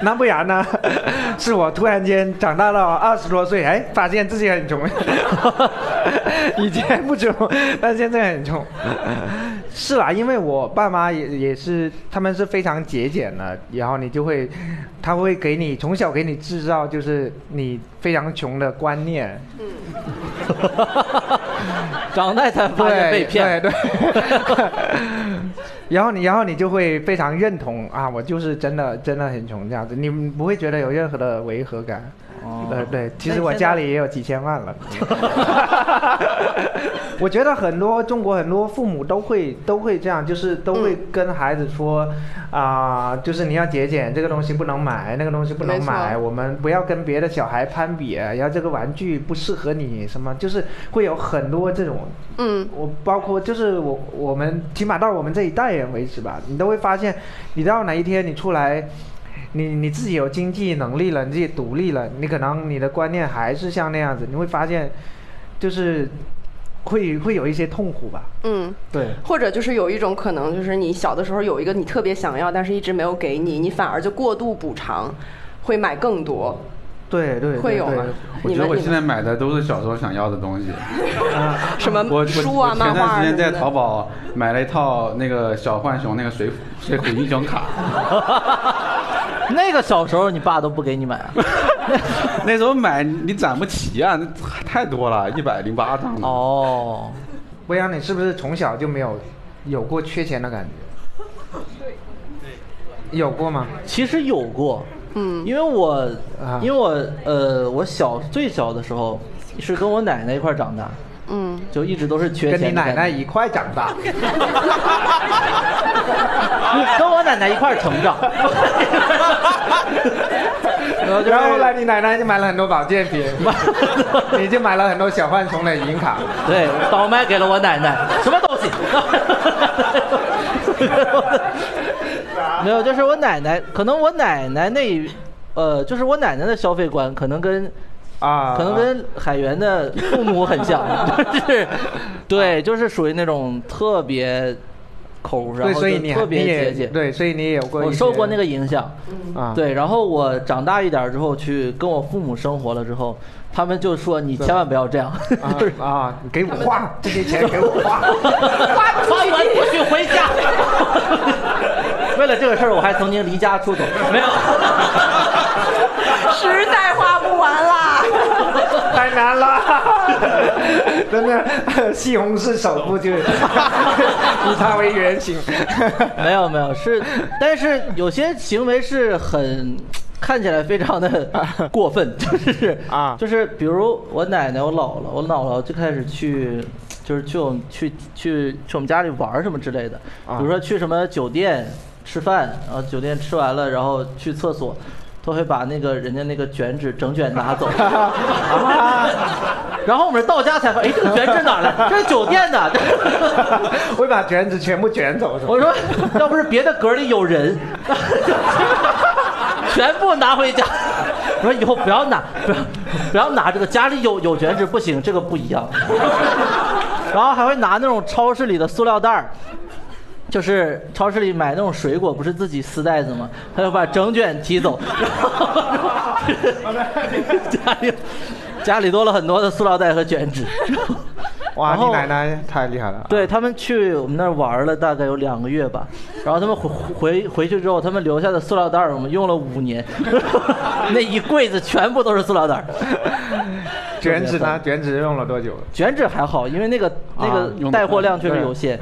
Speaker 3: 那不然呢？ 是我突然间长大到二十多岁，哎，发现自己很穷。 以前不穷，但现在很穷。是啦，因为我爸妈也也是，他们是非常节俭的，然后你就会，他会给你从小给你制造就是你非常穷的观念，
Speaker 2: 长大才 发现
Speaker 3: 对
Speaker 2: 被骗，
Speaker 3: 对对。 然后你，然后你就会非常认同啊，我就是真的真的很穷这样子，你不会觉得有任何的违和感。
Speaker 2: 哦
Speaker 3: 对对，其
Speaker 2: 那
Speaker 3: 实
Speaker 2: 你
Speaker 3: 我
Speaker 2: 现
Speaker 3: 家
Speaker 2: 在
Speaker 3: 里也有几千万了。 我觉得很多中国很多父母都会都会这样，就是都
Speaker 2: 嗯
Speaker 3: 会跟孩子说啊、就是你要节俭，这个东西不能买，那个东西不
Speaker 1: 没
Speaker 3: 能
Speaker 1: 错
Speaker 3: 买，我们不要跟别的小孩攀比，啊然后这个玩具不适合你，什么就是会有很多这种
Speaker 1: 嗯，
Speaker 3: 我包括就是我我们起码到我们这一代人为止吧，你都会发现，你到哪一天你出来，你你自己有经济能力了，你自己独立了，你可能你的观念还是像那样子，你会发现，就是会会有一些痛苦吧。
Speaker 1: 嗯，
Speaker 3: 对，
Speaker 1: 或者就是有一种可能，就是你小的时候有一个你特别想要，但是一直没有给你，你反而就过度补偿，会买更多，
Speaker 3: 对对，
Speaker 1: 会有
Speaker 3: 对
Speaker 1: 吗？
Speaker 4: 我
Speaker 1: 你
Speaker 4: 觉得
Speaker 1: 们
Speaker 4: 我
Speaker 1: 你
Speaker 4: 现
Speaker 1: 们
Speaker 4: 在买的都是小时候想要的东西。
Speaker 1: 什
Speaker 4: 我
Speaker 1: 么
Speaker 4: 我
Speaker 1: 书啊、
Speaker 4: 我前
Speaker 1: 漫画
Speaker 4: 段
Speaker 1: 啊
Speaker 4: 时
Speaker 1: 什
Speaker 4: 间
Speaker 1: 么
Speaker 4: 在
Speaker 1: 的？
Speaker 4: 淘 宝买了一套那个小浣熊那个水浒水浒英雄卡，
Speaker 2: 那个小时候你爸都不给你买 啊？
Speaker 4: 那时候买你攒不齐啊，那太多了，一百零八张了。
Speaker 2: 哦，
Speaker 3: 未央，你是不是从小就没有有过缺钱的感觉？ 有过吗？
Speaker 2: 其实有过，
Speaker 1: 嗯
Speaker 2: 因为我，
Speaker 3: 啊
Speaker 2: 因为我，呃，我小最小的时候是跟我奶奶一块儿长大，
Speaker 1: 嗯，
Speaker 2: 就一直都是缺钱
Speaker 3: 跟
Speaker 2: 的
Speaker 3: 你
Speaker 2: 感觉。
Speaker 3: 奶奶一块长 大，
Speaker 2: 跟我奶奶一块儿成 长。然后就
Speaker 3: 然后
Speaker 2: 是
Speaker 3: 后来你奶奶就买了很多保 健品，你就买了很多小浣熊的银卡。
Speaker 2: 对，倒卖给了我奶奶，什么东西？没有，就是我奶奶，可能我奶奶那一，呃，就是我奶奶的消费观，可能跟
Speaker 3: 啊，
Speaker 2: 可能跟海源的父母很像， 就是对，就是属于那种特别抠，然
Speaker 3: 对，
Speaker 2: 后
Speaker 3: 所以
Speaker 2: 就
Speaker 3: 你
Speaker 2: 特
Speaker 3: 你
Speaker 2: 别
Speaker 3: 也
Speaker 2: 节俭。
Speaker 3: 对，所以你也有过一些，
Speaker 2: 我受过那个影响。
Speaker 3: 啊，，
Speaker 2: 对，然后我长大一点儿之后去跟我父母生活了之后，他们就说你千万不要这样，
Speaker 3: 啊
Speaker 2: 就是
Speaker 3: 啊，你给我花这些钱，给我花，
Speaker 2: 花完不许回 家。为了这个事儿，我还曾经离家出走，没有。
Speaker 1: 实在花不完啦。
Speaker 3: 太难了，真的，西红柿首富就 以他为原型，
Speaker 2: 没有没有是，但是有些行为是很看起来非常的过分，就是
Speaker 3: 啊
Speaker 2: 就是比如我奶奶、我姥姥，我姥姥最开始去。就是去我们去去去我们家里玩儿什么之类的，比如说去什么酒店吃饭，然后酒店吃完了，然后去厕所，都会把那个人家那个卷纸整卷拿走。然后我们到家才发现，哎，这个卷纸哪儿来？这是酒店的。
Speaker 3: 会把卷子全部卷走是吧？
Speaker 2: 我说，要不是别的格里有人， 全部拿回家。我说以后不要拿，不要不要拿这个，家里有有卷纸不行，这个不一样。 然后还会拿那种超市里的塑料袋儿。就是超市里买那种水果，不是自己撕袋子吗？他就把整卷提走， 然后 家里家里多了很多的塑料袋和卷纸。
Speaker 3: 哇，
Speaker 2: 然后
Speaker 3: 你奶奶太厉害了，
Speaker 2: 对他们去我们那儿玩了大概有两个月吧，然后他们回回回去之后，他们留下的塑料袋儿我们用了五年， 那一柜子全部都是塑料袋儿。
Speaker 3: 卷纸呢？卷纸用了多久？
Speaker 2: 卷纸还好，因为那个那
Speaker 4: 啊用
Speaker 2: 个带
Speaker 4: 得
Speaker 2: 货量确实
Speaker 3: 快
Speaker 2: 有限。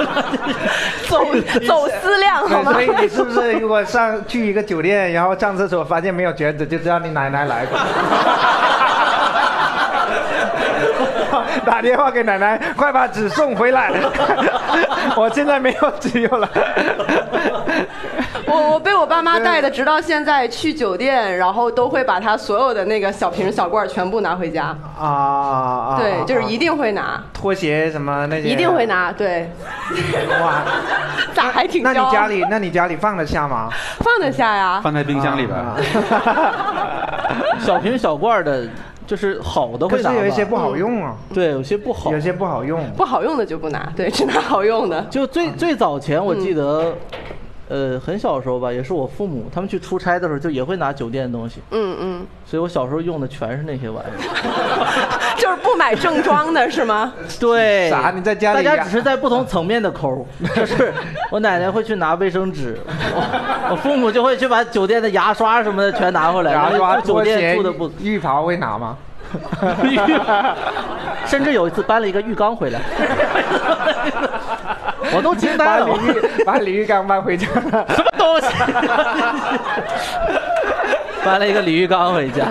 Speaker 1: 走 走私量好
Speaker 3: 对，
Speaker 1: 吗
Speaker 3: 所？以你是不是如果上去一个酒店，然后上厕所发现没有卷子，就知道你奶奶来过？打电话给奶奶，快把纸送回来！我现在没有纸用了。
Speaker 1: 我我被我爸妈带的，直到现在去酒店，然后都会把他所有的那个小瓶小罐儿全部拿回家。
Speaker 3: 啊啊！
Speaker 1: 对，就是一
Speaker 3: 定
Speaker 1: 定会拿，
Speaker 3: 拖鞋什么那些，
Speaker 1: 一定会。拿。对，
Speaker 3: 哇，
Speaker 1: 咋还挺
Speaker 3: 那你
Speaker 1: 骄傲
Speaker 3: 家里那你家里放得下吗？
Speaker 1: 放得下呀？
Speaker 4: 放在冰箱里边。
Speaker 3: 啊
Speaker 2: 小瓶小罐儿的，就是好的
Speaker 3: 可
Speaker 2: 会拿
Speaker 3: 是有一些
Speaker 2: 吧？
Speaker 3: 不好用啊，
Speaker 2: 对，有些不好
Speaker 3: 有。些不好用。
Speaker 1: 不好用的就不拿，对，只拿好用的。
Speaker 2: 就
Speaker 3: 嗯
Speaker 2: 最最早前，我记得，呃，很小的时候吧，也是我父母他们去出差的时候，就也会拿酒店的东西，
Speaker 1: 嗯嗯，
Speaker 2: 所以我小时候用的全是那些玩意儿。
Speaker 1: 就是不买正装的是吗？
Speaker 2: 对，
Speaker 3: 啥你在家里
Speaker 2: 大家
Speaker 3: 呀
Speaker 2: 只是在不同层面的 抠，就是我奶奶会去拿卫生纸，我我父母就会去把酒店的牙刷什么的全拿回来，
Speaker 3: 牙
Speaker 2: 然
Speaker 3: 刷、
Speaker 2: 后酒
Speaker 3: 拖
Speaker 2: 店
Speaker 3: 鞋
Speaker 2: 住的不，
Speaker 3: 浴袍会拿吗？
Speaker 2: 甚至有一次搬了一个浴缸 回来，我都惊呆
Speaker 3: 把
Speaker 2: 了，
Speaker 3: 李
Speaker 2: 我
Speaker 3: 玉把李玉刚搬回家，
Speaker 2: 什么东西？ 搬了一个鲤鱼缸回 家，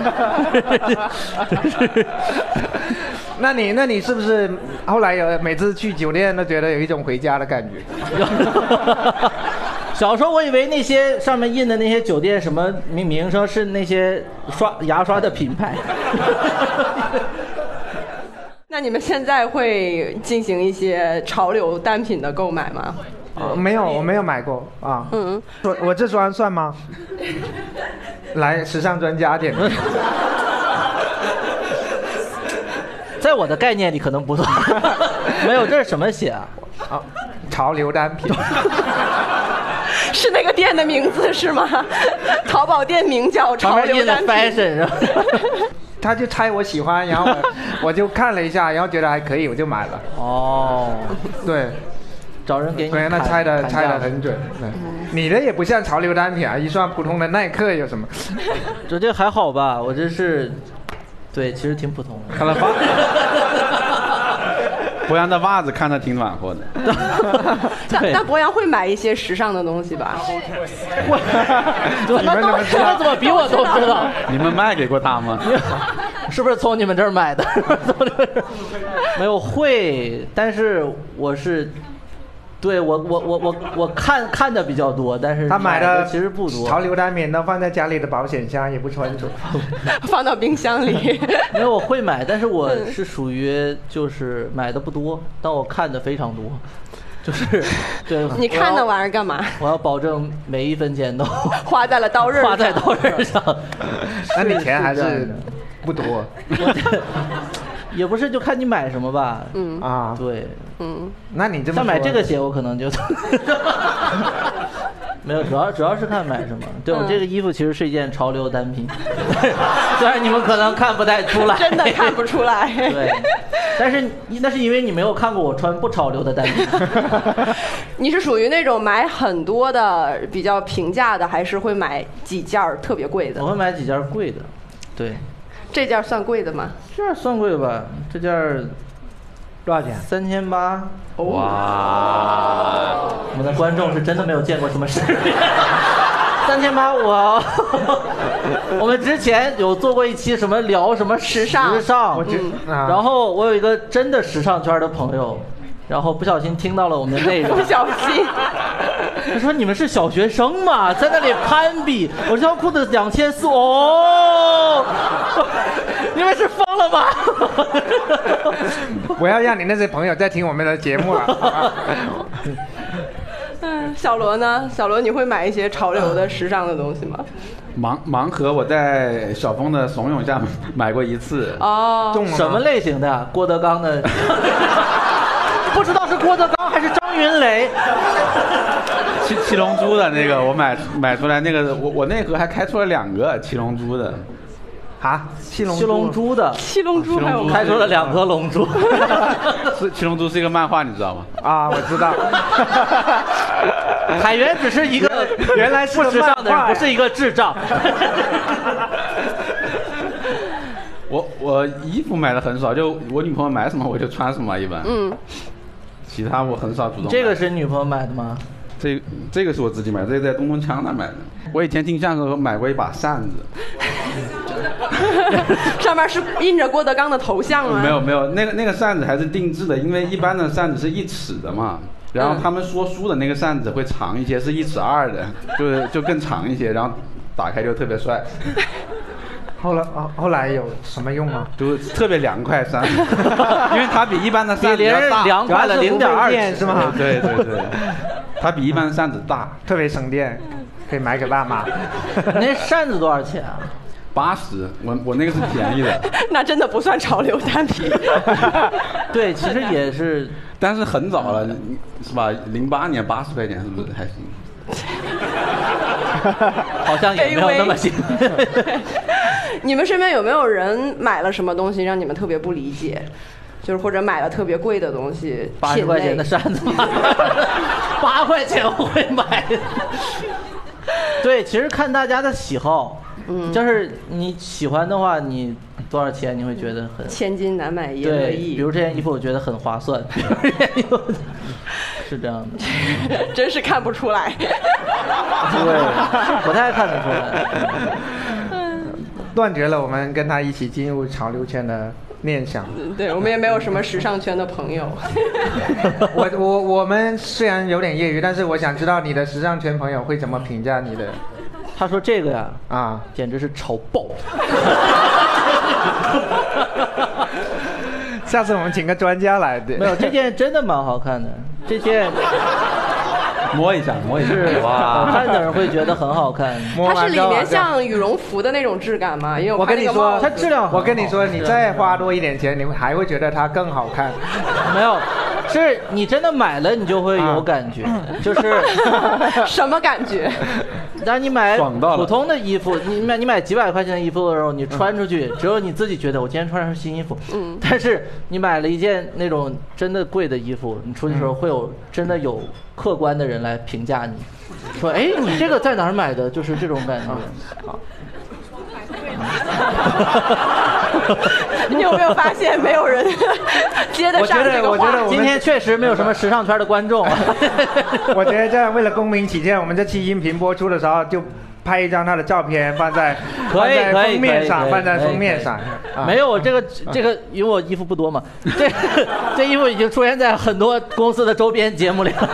Speaker 3: 那你那你是不是后来有每次去酒店都觉得有一种回家的感觉？
Speaker 2: 小时候我以为那些上面印的那些酒店什么名名声是那些刷牙刷的品牌，
Speaker 1: 那你们现在会进行一些潮流单品的购买吗？
Speaker 2: 哦
Speaker 3: 呃没有，我没有买过啊。
Speaker 1: 嗯，
Speaker 3: 说我这双算吗？来，时尚专 家点评。
Speaker 2: 在我的概念里可能不 算。没有，这是什么鞋啊？
Speaker 3: 啊，潮流单品。
Speaker 1: 是那个店的名字是吗？ 淘宝店名叫
Speaker 2: 旁
Speaker 1: 潮
Speaker 2: 边
Speaker 1: 流
Speaker 2: 印的
Speaker 1: 单品。
Speaker 2: fashion 是吧？
Speaker 3: 他就猜我喜欢，然后我我就看了一下，然后觉得还可以，我就买了。
Speaker 2: 哦，
Speaker 3: 对，
Speaker 2: 找人给你
Speaker 3: 关键他
Speaker 2: 砍
Speaker 3: 猜的
Speaker 2: 砍
Speaker 3: 猜
Speaker 2: 价
Speaker 3: 的很准，对，你的也不像潮流单品啊，一双普通的耐克有什么？
Speaker 2: 这这还好吧？我这是，对，其实挺普通的。
Speaker 4: 看他 袜，博洋的袜子看着挺暖和的。
Speaker 1: 但
Speaker 2: 对
Speaker 1: 但博洋会买一些时尚的东西吧？
Speaker 2: 怎
Speaker 3: 你们怎么知道
Speaker 2: 你们怎么比我都知道？
Speaker 4: 你们卖给过他吗？
Speaker 2: 是不是从你们这儿买的？ 没有会，但是我是，对我我我我我看看的比较多，但是
Speaker 3: 他买的
Speaker 2: 其实不多。
Speaker 3: 潮流单品都放在家里的保险箱也不穿着。
Speaker 1: 放到冰箱 里。
Speaker 2: 没有，我会买，但是我是属于就是买的不多，但我看的非常多，就是 对。
Speaker 1: 你看那
Speaker 2: 我要
Speaker 1: 玩意儿干嘛？
Speaker 2: 我要保证每一分钱都
Speaker 1: 花在了刀刃上
Speaker 2: 花在刀刃 上。
Speaker 3: 那你钱还
Speaker 2: 是
Speaker 3: 是不多
Speaker 2: 我这 也不是就看你买什么吧。嗯，
Speaker 3: 啊？
Speaker 2: 对，
Speaker 1: 嗯，
Speaker 3: 那你这么
Speaker 2: 像买
Speaker 3: 说
Speaker 2: 这个鞋，我可 能就没有，主要主要是看买什么。对
Speaker 1: 嗯
Speaker 2: 我这个衣服其实是一件潮流单品， 虽然你们可能看不太出来，
Speaker 1: 真的看不出来。
Speaker 2: 对，但是你那是因为你没有看过我穿不潮流的单品。
Speaker 1: 你是属于那种买很多的比较平价的，还是会买几件儿特别贵
Speaker 2: 我
Speaker 1: 的？
Speaker 2: 会买几件贵的，对，
Speaker 1: 这件儿算贵的吗？
Speaker 2: 这件算贵吧？这件
Speaker 3: 多少钱？
Speaker 2: 三千八，
Speaker 4: 哇，
Speaker 2: 我们的观众是真的没有见过什么世面。三千八，我 我们之前有做过一期什么聊什么时
Speaker 1: 尚
Speaker 2: 时尚，嗯
Speaker 3: 我觉啊
Speaker 2: 然后我有一个真的时尚圈的朋友，然后不小心听到了我们的内 容
Speaker 1: 不，小 心。
Speaker 2: 他说你们是小学生嘛，在那里攀比，我这条裤子两千四，哦，你们是疯了 吗？
Speaker 3: 我要让你那些朋友在听我们的节目啊 了。好吧
Speaker 1: 嗯，小罗呢？小罗，你会买一些潮流的、时尚的东西吗？
Speaker 4: 盲盲盒我在小峰的怂恿下买过一次，
Speaker 1: 哦，
Speaker 3: 中了吗
Speaker 2: 什么？类型的？郭德纲的？ 不知道是郭德纲还是张云雷？
Speaker 4: 七七龙珠的那个我买买出来那个我我那盒还开出了两个七龙珠的，
Speaker 3: 啊，七龙
Speaker 2: 七龙珠的，
Speaker 1: 哦七龙珠还有吗？
Speaker 2: 开出了两颗龙 珠。
Speaker 4: 是七龙珠是一个漫画你知道吗？
Speaker 3: 啊，我知 道。
Speaker 2: 海源只是一个
Speaker 3: 原来是
Speaker 2: 不
Speaker 3: 个
Speaker 2: 时尚的
Speaker 3: 漫画
Speaker 2: 人，
Speaker 3: 呀
Speaker 2: 不是一个智 障。
Speaker 4: 我我衣服买的很少，就我女朋友买什么我就穿什么一般，
Speaker 1: 嗯，
Speaker 4: 其他我很少主动买。
Speaker 2: 这个是女朋友买的 吗？
Speaker 4: 这这个是我自己买的，这个在东东锵那买的。我以前进相声买过一把扇子，
Speaker 1: 上面是印着郭德纲的头像
Speaker 2: 嗯
Speaker 1: 吗？
Speaker 4: 没有没有，那个那个扇子还是定制的，因为一般的扇子是一尺的嘛。
Speaker 2: 嗯
Speaker 4: 然后他们说书的那个扇子会长一些，是一尺二的，就是就更长一些，然后打开就特别帅，
Speaker 3: 后来啊，后来有什么用啊吗？
Speaker 4: 就是特别凉快扇子， 因为它比一般的扇子
Speaker 2: 比
Speaker 4: 要
Speaker 2: 别人
Speaker 4: 大，
Speaker 2: 凉快了
Speaker 3: 主要是不会
Speaker 2: 0.2
Speaker 3: 电是吗？
Speaker 4: 对对对对，它比一般的扇子大，
Speaker 3: 特别省电，可以买给爸妈。
Speaker 2: 你那扇子多少钱啊？
Speaker 4: 八十，我我那个是便宜的，
Speaker 1: 那真的不算潮流单 品。
Speaker 2: 对，其实也是，
Speaker 4: 但是很早了，你是吧？零八年八十块钱是不是还行？
Speaker 2: 好像也没有那么新。
Speaker 1: 你们身边有没有人买了什么东西让你们特别不理解？就是或者买了特别贵的东西，
Speaker 2: 八十
Speaker 1: 品类
Speaker 2: 块钱的扇子， 八块钱我会买。 对，其实看大家的喜好，
Speaker 1: 嗯
Speaker 2: 就是你喜欢的话，你多少钱你会觉得很
Speaker 1: 千金难买爷嗯乐
Speaker 2: 对，比
Speaker 1: 意
Speaker 2: 如，这件衣服我觉得很划算， 比如这件衣服是这样的，
Speaker 1: 真是看不出来。
Speaker 2: 对，不太看得出来。
Speaker 3: 断绝了我们跟他一起进入潮流圈的念想。
Speaker 1: 对我们也没有什么时尚圈的朋友。
Speaker 3: 我我我们虽然有点业余，但是我想知道你的时尚圈朋友会怎么评价你的
Speaker 2: 他说这个呀，
Speaker 3: 啊？
Speaker 2: 简直是潮爆。
Speaker 3: 下次我们请个专家来。对
Speaker 2: 没有，这件真的蛮好看的，这件
Speaker 4: 摸一下，摸一下，
Speaker 2: 是好 看的人会觉得很好看。
Speaker 3: 摸
Speaker 1: 它
Speaker 3: 完啊
Speaker 1: 是
Speaker 3: 之
Speaker 1: 里
Speaker 3: 后
Speaker 1: 面像羽绒服的那种质感吗？因为
Speaker 3: 我
Speaker 1: 看那
Speaker 3: 跟你
Speaker 1: 个
Speaker 3: 说
Speaker 1: 帽，子
Speaker 2: 它质量很好
Speaker 3: 我跟你说，你再花多一点钱，你会还会觉得它更好看。
Speaker 2: 没有，是你真的买了，你就会有感觉，
Speaker 3: 啊
Speaker 2: 就是，
Speaker 1: 什么感觉？
Speaker 2: 当你买
Speaker 4: 爽到了
Speaker 2: 普通的衣服，你买你买几百块钱的衣服的时候，你穿出去，只有你自己觉得我今天穿上新衣服。嗯。但是你买了一件那种真的贵的衣服，你出去的时候会有真的有客观的人来评价你，说：“哎，你这个在哪儿买的？”就是这种感觉。
Speaker 3: 嗯
Speaker 1: 你有没有发现没有人 接得上这个
Speaker 3: 我觉得
Speaker 1: 话
Speaker 3: 我？
Speaker 2: 今天确实没有什么时尚圈的观众。
Speaker 3: 我觉得这样为了公平起见，我们这期音频播出的时候就拍一张他的照片放在放
Speaker 2: 可以
Speaker 3: 在
Speaker 2: 可以
Speaker 3: 封面上，
Speaker 2: 可以
Speaker 3: 放在
Speaker 2: 可以
Speaker 3: 封面上。啊
Speaker 2: 没有，我这个这个，因为我衣服不多嘛，这这衣服已经出现在很多公司的周边节目里了。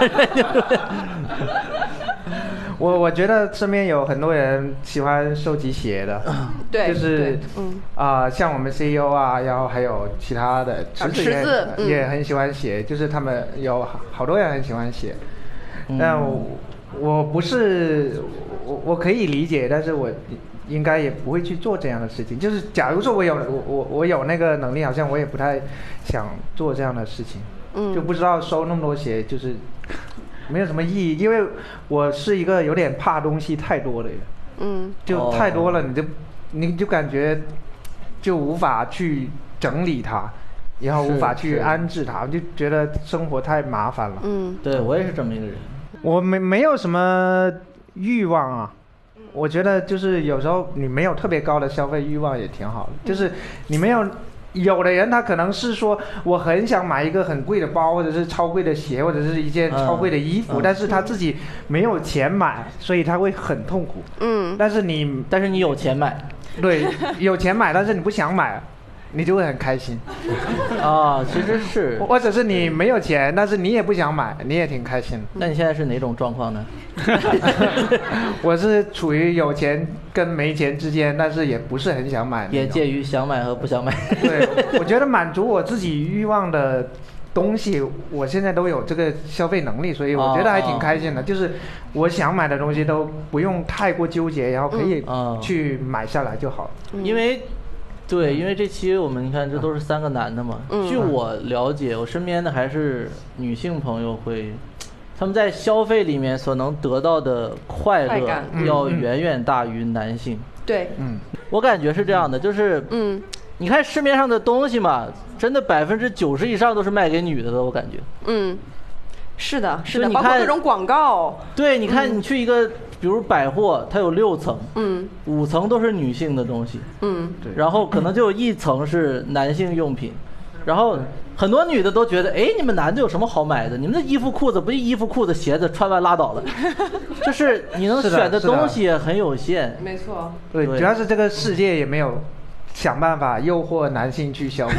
Speaker 3: 我我觉得身边有很多人喜欢收集鞋的，
Speaker 1: 对
Speaker 3: 就是
Speaker 1: 对嗯
Speaker 3: 啊、像我们 CEO 啊，然后还有其他的
Speaker 1: 啊
Speaker 3: 池子也
Speaker 1: 池子嗯
Speaker 3: 也很喜欢鞋，就是他们有好好多人很喜欢鞋，
Speaker 1: 嗯
Speaker 3: 但我我不是我我可以理解，但是我应该也不会去做这样的事情。就是假如说我有我我我有那个能力，好像我也不太想做这样的事情，
Speaker 1: 嗯
Speaker 3: 就不知道收那么多鞋就是没有什么意义，因为我是一个有点怕东西太多的人，
Speaker 1: 嗯，
Speaker 3: 就太多了，你就你就感觉就无法去整理它，然后无法去安置它，我就觉得生活太麻烦了。
Speaker 1: 嗯，
Speaker 2: 对我也是这么一个人。
Speaker 3: 我没没有什么欲望啊。
Speaker 1: 嗯
Speaker 3: 我觉得就是有时候你没有特别高的消费欲望也挺好
Speaker 1: 嗯
Speaker 3: 的，就是你没有。有的人他可能是说我很想买一个很贵的包，或者是超贵的鞋，或者是一件
Speaker 2: 嗯
Speaker 3: 超贵的衣服，
Speaker 2: 嗯
Speaker 3: 但是他自己没有钱买，所以他会很痛苦。
Speaker 1: 嗯，
Speaker 3: 但是你
Speaker 2: 但是你有钱买
Speaker 3: 对有钱买，但是你不想买，你就会很开心；
Speaker 2: 啊，其实是。
Speaker 3: 或者是你没有钱，但是你也不想买，你也挺开心的。
Speaker 2: 那你现在是哪种状况呢？
Speaker 3: 我是处于有钱跟没钱之间，但是也不是很想买那种。
Speaker 2: 也介于想买和不想买。
Speaker 3: 对，我觉得满足我自己欲望的东西，我现在都有这个消费能力，所以我觉得还
Speaker 2: 哦
Speaker 3: 挺开心的。就是我想买的东西都不用太过纠结，然后可以
Speaker 2: 嗯
Speaker 3: 去买下来就好了。
Speaker 1: 嗯
Speaker 2: 因为，对，因为这期我们你看，这都是三个男的嘛。
Speaker 1: 嗯
Speaker 2: 据我了解，我身边的还是女性朋友会，他们在消费里面所能得到的快
Speaker 1: 快
Speaker 2: 乐
Speaker 1: 感嗯
Speaker 2: 要远远大于男性。
Speaker 1: 对，
Speaker 3: 嗯，
Speaker 2: 我感觉是这样的，就是，
Speaker 1: 嗯
Speaker 2: 你看市面上的东西嘛，真的百分之九十以上都是卖给女的的，我感觉。
Speaker 1: 嗯，是的，是
Speaker 2: 就
Speaker 1: 的，
Speaker 2: 你
Speaker 1: 包括
Speaker 2: 看
Speaker 1: 各种广告，
Speaker 2: 对，你看你去一个，比如百货，它有六层，
Speaker 1: 嗯
Speaker 2: 五层都是女性的东西，
Speaker 1: 嗯，
Speaker 3: 对
Speaker 2: 然后可能就有一层是男性用品，然后很多女的都觉得，哎，你们男的有什么好买的？你们的衣服、裤子不就衣服、裤子、鞋子穿完拉倒了，就是你能
Speaker 3: 是的
Speaker 2: 选的
Speaker 3: 是的
Speaker 2: 东西也很有限。
Speaker 1: 没错，
Speaker 3: 对，
Speaker 2: 对
Speaker 3: 主要是这个世界也没有想办法诱惑男性去消费。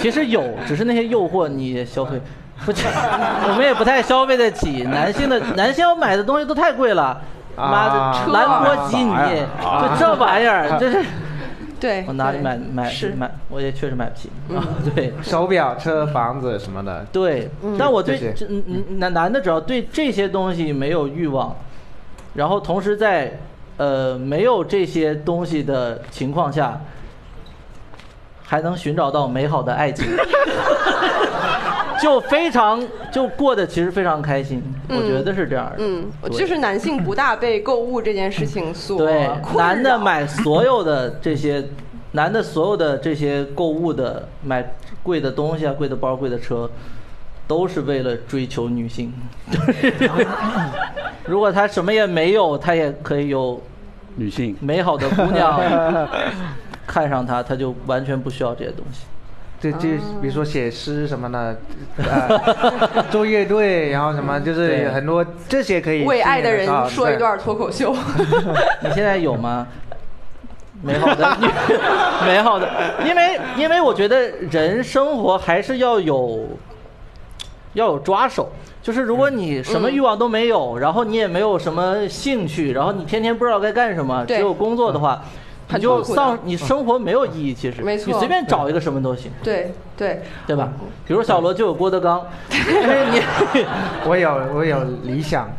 Speaker 2: 其实有，只是那些诱惑你也消费不起，我们也不太消费得起。男性的男性要买的东西都太贵了，
Speaker 3: 啊
Speaker 2: 妈的，
Speaker 3: 车
Speaker 2: 兰博基尼
Speaker 4: 啥呀
Speaker 2: 就这玩意儿，这是
Speaker 1: 对，
Speaker 2: 我哪里
Speaker 1: 对
Speaker 2: 买买
Speaker 1: 是，
Speaker 2: 买？我也确实买不起啊， 对。
Speaker 3: 手表、车、房子什么的，
Speaker 2: 对，但我对
Speaker 3: 这些
Speaker 2: 这嗯嗯男男的只要对这些东西没有欲望，然后同时在呃没有这些东西的情况下，还能寻找到美好的 爱情，就非常就过得其实非常开心，我觉得是这样的。
Speaker 1: 嗯，我
Speaker 2: 对
Speaker 1: 就是男性不大被购物这件事情所
Speaker 2: 对
Speaker 1: 困
Speaker 2: 男的
Speaker 1: 扰，
Speaker 2: 买所有的这些，男的所有的这些购物的买贵的东西啊、贵的包、贵的车，都是为了追求女性。 如果他什么也没有，他也可以有
Speaker 4: 女性
Speaker 2: 美好的姑娘看上他，他就完全不需要这些东西。
Speaker 3: 这这
Speaker 1: 哦
Speaker 3: 比如说写诗什么的，呃， 做乐队，然后什么，就是
Speaker 2: 对
Speaker 3: 很多这些可以
Speaker 1: 嗯为爱的
Speaker 3: 吸引到
Speaker 1: 人说一段
Speaker 3: 对
Speaker 1: 脱口秀，
Speaker 2: 你现在有吗？美好 的女，美好的，因为因为我觉得人生活还是要有要有抓手，就是
Speaker 1: 嗯
Speaker 2: 如果你什么欲望都没有，然后你也没有什么兴趣，然后你天天不知道该干什么，只
Speaker 1: 对嗯
Speaker 2: 有工作的话，你
Speaker 1: 很痛
Speaker 2: 就
Speaker 1: 苦的嗯
Speaker 2: 丧你生活没有意义，其实
Speaker 1: 没错
Speaker 2: 你随便找一个什么都行，
Speaker 1: 对对，
Speaker 2: 对吧？比如小罗就有郭 德纲，但是你
Speaker 3: 我有我有理想，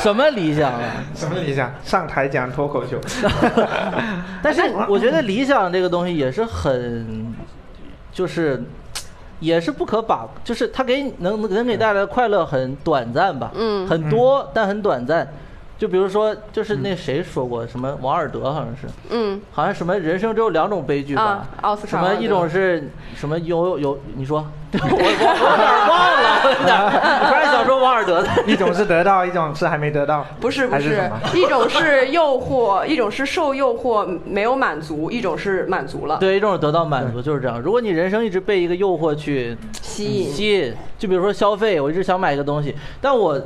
Speaker 2: 什么理想啊？
Speaker 3: 什么理想？上台讲脱口秀。
Speaker 1: 哎
Speaker 2: 但是我觉得理想这个东西也是很，就是也是不可把，就是它给你能能给带来的快乐很短暂吧，
Speaker 1: 嗯
Speaker 2: 很多但很短暂。就比如说，就是那谁说过什么王尔德好像是，
Speaker 1: 嗯，
Speaker 2: 好像什么人生只有两种悲剧吧
Speaker 1: 啊，奥斯卡
Speaker 2: 什么一种是什么有有你说， 我我我有点忘 了，我有点我突然想说王尔德的，
Speaker 3: 一种是得到，一种是还没得到，
Speaker 1: 不是不
Speaker 3: 还
Speaker 1: 是，
Speaker 3: 是什么？
Speaker 1: 一种是诱惑，一种是受诱惑没有满足，一种是满足了，
Speaker 2: 对，一种得到满足就是这样。如果你人生一直被一个诱惑去
Speaker 1: 吸引
Speaker 2: 吸引，就比如说消费，我一直想买一个东西，但我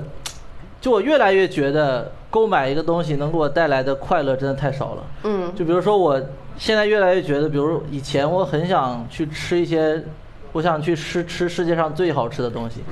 Speaker 2: 就我越来越觉得购买一个东西能给我带来的快乐真的太少了。
Speaker 1: 嗯
Speaker 2: 就比如说我现在越来越觉得，比如以前我很想去吃一些，我想去吃吃世界上最好吃的东西，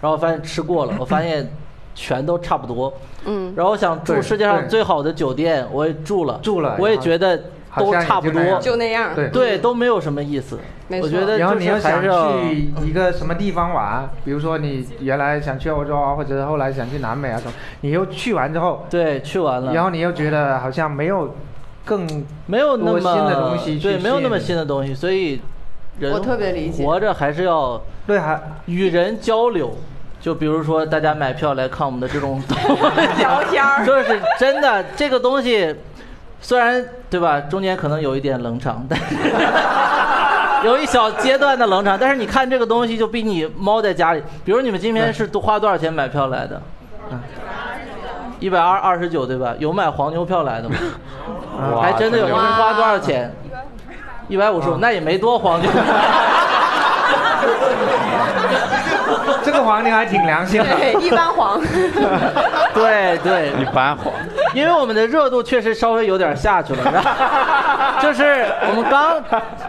Speaker 2: 然后我发现吃过了，我发现全都差不多。
Speaker 1: 嗯
Speaker 2: 然后我想住
Speaker 3: 对
Speaker 2: 世界上
Speaker 3: 对
Speaker 2: 最好的酒店，我也住了，
Speaker 3: 住了
Speaker 2: 我也
Speaker 3: 然后
Speaker 2: 觉得
Speaker 3: 好
Speaker 2: 都
Speaker 3: 像也
Speaker 2: 差不
Speaker 3: 就那
Speaker 2: 多，
Speaker 3: 样
Speaker 1: 就那样，
Speaker 3: 对
Speaker 2: 对，都没有什么意思。
Speaker 1: 没
Speaker 2: 我
Speaker 1: 错
Speaker 2: 觉得
Speaker 3: 然后
Speaker 2: 就
Speaker 3: 你
Speaker 2: 是
Speaker 3: 又
Speaker 2: 还
Speaker 3: 想
Speaker 2: 是要
Speaker 3: 去一个什么地方玩，比如说你原来想去欧洲啊，或者是后来想去南美啊什么，你又去完之后，
Speaker 2: 对去完了，
Speaker 3: 然后你又觉得好像没有更
Speaker 2: 嗯没有那么
Speaker 3: 多新的东西去
Speaker 2: 对，没有那么
Speaker 3: 吸引你
Speaker 2: 新的东西，所以人
Speaker 1: 我特别理解
Speaker 2: 活着还是要
Speaker 3: 对还
Speaker 2: 与人交流。就比如说，大家买票来看我们的这 种
Speaker 1: 聊天儿
Speaker 2: 就是真的这个东西，虽然对吧，中间可能有一点冷场，但 是有一小阶段的冷场，但是你看这个东西就比你猫在家里，比如你们今天是多花多少钱买票来的？一百二二十九对吧？有买黄牛票来的吗？
Speaker 4: 哇
Speaker 2: 还真的有人
Speaker 1: 哇
Speaker 2: 花多少钱？一百五十五，嗯那也没多黄 牛。
Speaker 3: 这个黄牛还挺良心的。
Speaker 1: 对，一般 黄，
Speaker 2: 对对，
Speaker 4: 一般黄，
Speaker 2: 因为我们的热度确实稍微有点下去了，然后就是我们刚，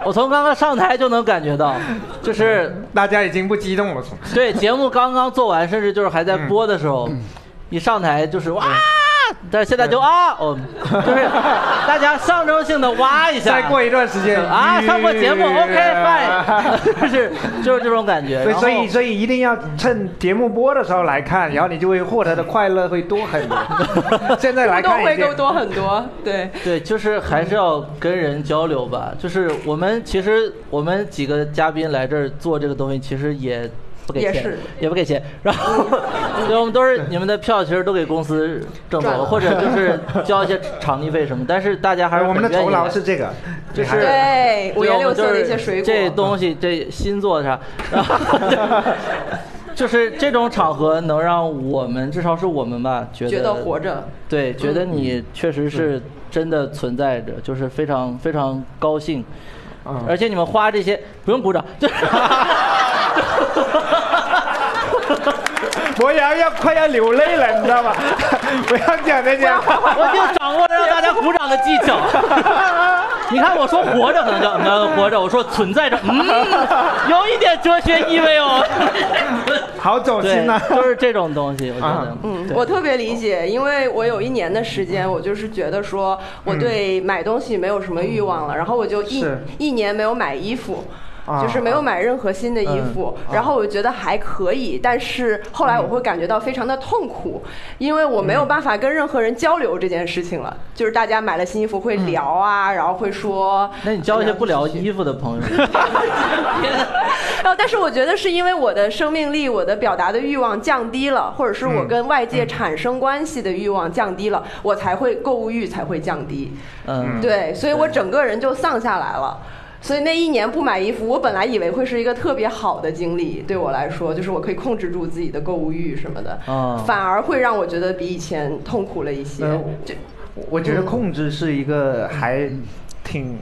Speaker 2: 我从刚刚上台就能感觉到，就是
Speaker 3: 大家已经不激动了，
Speaker 2: 对节目刚刚做完，甚至就是还
Speaker 3: 嗯
Speaker 2: 在播的时候，一上台就是哇，但是现在就啊，哦，就是大家象征性的哇一下，
Speaker 3: 再过一段时间
Speaker 2: 啊，上过节目
Speaker 3: 嗯
Speaker 2: ，OK fine，就是 就是这种感觉，
Speaker 3: 对，
Speaker 2: 然后
Speaker 3: 所以所以一定要趁节目播的时候来看，然后你就会获得的快乐会多很 多。现在来
Speaker 1: 都
Speaker 3: 看
Speaker 1: 会
Speaker 3: 一遍
Speaker 1: 够，多很多，对，
Speaker 2: 对，就是还是要跟人交流吧。就是我们其实我们几个嘉宾来这儿做这个东西，其实也不给
Speaker 1: 也
Speaker 2: 钱，
Speaker 1: 是
Speaker 2: 不给钱。然 后，对，我们都是你们的票，其实都给公司挣走
Speaker 1: 赚
Speaker 2: 了，
Speaker 1: 了
Speaker 2: 或者就是交一些场地费什么。但是大家还是
Speaker 3: 呃我们的
Speaker 2: 很愿意
Speaker 3: 酬劳
Speaker 2: 来
Speaker 3: 是这个，
Speaker 2: 就是
Speaker 3: 你还
Speaker 1: 对，五
Speaker 2: 对
Speaker 1: 颜
Speaker 2: 我
Speaker 1: 六
Speaker 2: 们就
Speaker 1: 色的一
Speaker 2: 是
Speaker 1: 些水果，
Speaker 2: 这东西这新做的啥，然后 就是这种场合能让我们至少是我们吧，觉得
Speaker 1: 觉得活着，
Speaker 2: 对，觉得你确实是真的存在着，
Speaker 1: 嗯
Speaker 2: 就是非常非常高兴，
Speaker 3: 嗯
Speaker 2: 而且你们花这些不用鼓掌， 就是
Speaker 3: 博洋要快要流泪了，你知道吗？ 不要讲那些，
Speaker 2: 我就掌握了让大家鼓掌的技巧。你看我说活着可能叫嗯活着，我说存在着，嗯，有一点哲学意味哦。
Speaker 3: 好走
Speaker 2: 对
Speaker 3: 心啊呐、，
Speaker 2: 就是这种东西，我觉得
Speaker 3: 啊，
Speaker 1: 嗯
Speaker 2: 对
Speaker 1: 我特别理解，因为我有一年的时间，我就是觉得说我对买东西没有什么欲望
Speaker 2: 嗯
Speaker 1: 了，然后我就一
Speaker 3: 是
Speaker 1: 一年没有买衣服。
Speaker 3: 啊
Speaker 1: 就是没有买任何新的衣
Speaker 2: 啊嗯
Speaker 1: 服，然后我觉得还可以，但是后来我会感觉到非常的痛苦，因为我没有办法跟任何人交流这件事情了。就是大家买了新衣服会聊啊，然后会说，
Speaker 2: 嗯那你交一些不聊衣服的朋友，
Speaker 1: 然后，但是我觉得是因为我的生命力、我的表达的欲望降低了，或者是我跟外界产生关系的欲望降低了，我才会购物欲才会降低。
Speaker 2: 嗯，
Speaker 1: 对，所以我整个人就丧下来了。所以那一年不买衣服，我本来以为会是一个特别好的经历，对我来说，就是我可以控制住自己的购物欲什么的，
Speaker 2: 哦
Speaker 1: 反而会让我觉得比以前痛苦了一些。
Speaker 3: 呃
Speaker 1: 就
Speaker 3: 我觉得
Speaker 1: 嗯
Speaker 3: 控制是一个还挺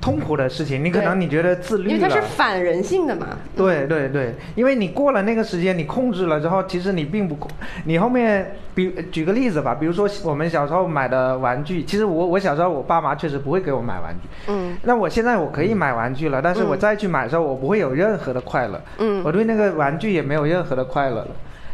Speaker 3: 痛苦的事情。你可能
Speaker 1: 对
Speaker 3: 你觉得自
Speaker 1: 因为
Speaker 3: 律
Speaker 1: 它是
Speaker 3: 了，
Speaker 1: 反人性的嘛，
Speaker 3: 对对对，因为你过了那个时间，你控制了之后，其实你并不控，你后面比呃举个例子吧，比如说我们小时候买的玩具，其实我我小时候我爸妈确实不会给我买玩具，
Speaker 1: 嗯，
Speaker 3: 那我现在我可以买玩具了，但是我再去买的时候，我不会有任何的快乐，
Speaker 1: 嗯
Speaker 3: 我对那个玩具也没有任何的快乐了，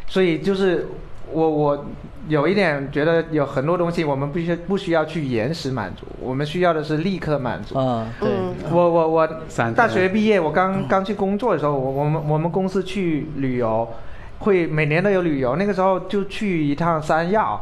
Speaker 3: 所以就是我我有一点觉得有很多东西我们必须不需要去延时满足，我们需要的是立刻满足，
Speaker 2: 嗯，对，
Speaker 1: 嗯
Speaker 3: 我我我
Speaker 4: 三
Speaker 3: 大
Speaker 4: 天
Speaker 3: 学毕业，我刚刚去工作的时候，我我们我们公司去旅游，会每年都有旅游。那个时候就去一趟三亚，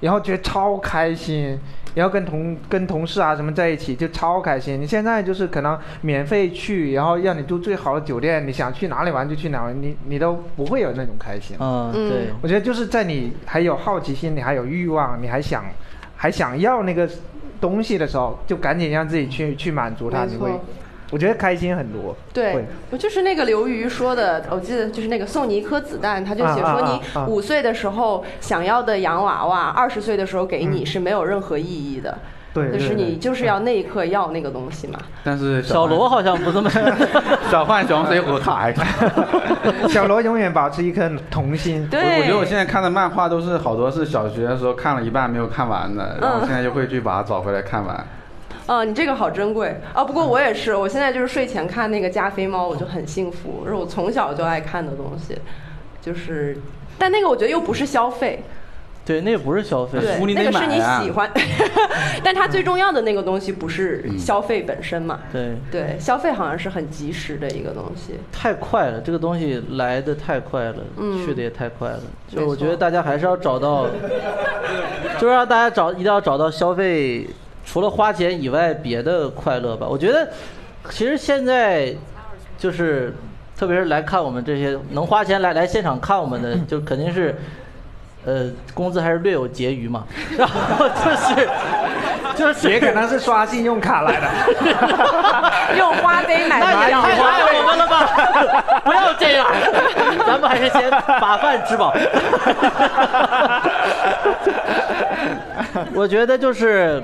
Speaker 3: 然后觉得超开心，然后跟同跟同事啊什么在一起就超开心。你现在就是可能免费去，然后让你住最好的酒店，你想去哪里玩就去哪里玩，你你都不会有那种开心。
Speaker 2: 嗯，对，
Speaker 3: 我觉得就是在你还有好奇心，你还有欲望，你还想还想要那个东西的时候，就赶紧让自己去去满足它，
Speaker 1: 没
Speaker 3: 你
Speaker 1: 错
Speaker 3: 会，我觉得开心很多。
Speaker 1: 对
Speaker 3: 会，
Speaker 1: 我就是那个刘瑜说的，我记得就是那个送你一颗子弹，他就写
Speaker 3: 啊啊
Speaker 1: 说
Speaker 3: 啊
Speaker 1: 你
Speaker 3: 啊
Speaker 1: 五岁的时候想要的洋娃娃，二十岁的时候给你是没有任何意义的。
Speaker 3: 嗯对对
Speaker 1: 就是你
Speaker 3: 对
Speaker 1: 就是要那一刻要那个东西嘛。
Speaker 4: 但是
Speaker 2: 小
Speaker 4: 浣
Speaker 2: 罗好像不这么，
Speaker 4: 小浣熊水浒卡还是
Speaker 3: 小罗永远保持一颗童心。
Speaker 4: 我
Speaker 1: 对，
Speaker 4: 我觉得我现在看的漫画都是好多是小学的时候看了一半没有看完的，然后现在就会去把它找回来看完。
Speaker 1: 啊，你这个好珍贵啊！
Speaker 3: 嗯
Speaker 1: 不过我也是，我现在就是睡前看那个加菲猫，我就很幸福，是我从小就爱看的东西，就是，但那个我觉得又不是消费，
Speaker 2: 对，那不是消费，
Speaker 1: 对
Speaker 4: 书，你
Speaker 1: 那个
Speaker 4: 得
Speaker 1: 是
Speaker 4: 买
Speaker 1: 你
Speaker 4: 啊嗯
Speaker 1: 喜欢， 但它最重要的那个东西不是消费本身嘛？
Speaker 2: 对，
Speaker 1: 对，消费好像是很及时的一个东 西。
Speaker 2: 太快了，这个东西来的太快了，
Speaker 1: 嗯
Speaker 2: 去的也太快了。
Speaker 1: 没
Speaker 2: 就我觉
Speaker 1: 错
Speaker 2: 得大家还是要 找到，就是让大家找一定要找到消费除了花钱以外别的快乐吧。我觉得其实现在就是，特别是来看我们这些能花钱来来现场看我们 的，就肯定是。呃，工资还是略有结余嘛，然 后就是，就是
Speaker 3: 也可能是刷信用卡来的。
Speaker 1: 用花呗买
Speaker 2: 那
Speaker 1: 麻
Speaker 2: 也
Speaker 1: 药
Speaker 2: 太
Speaker 1: 花
Speaker 2: 爱我们了吧！不要这 样，咱们还是先把饭吃饱。 我觉得就是，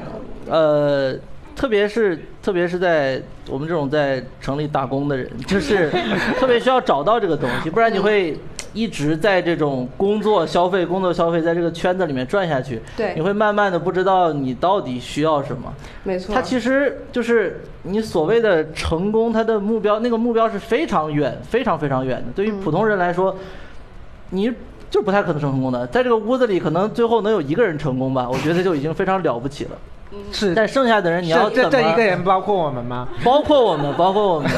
Speaker 2: 呃，特别是特别是在我们这种在城里打工的人，就是特别需要找到这个东西，不然你会。一直在这种工作、消费、工作、消费，在这个圈子里面转下去，
Speaker 1: 对
Speaker 2: 你会慢慢的不知道你到底需要什么。
Speaker 1: 没错，
Speaker 2: 它其实就是你所谓的成功，它的目标那个目标是非常远、非常非常远的。对
Speaker 1: 嗯
Speaker 2: 于普通人来说，你就不太可能成功的。在这个屋子里，可能最后能有一个人成功吧，我觉得就已经非常了不 起了。
Speaker 3: 是，
Speaker 2: 但剩下的人，你要
Speaker 3: 是这
Speaker 2: 怎
Speaker 3: 这一个
Speaker 2: 么？
Speaker 3: 人包括我们吗？
Speaker 2: 包括我们，包括 我们，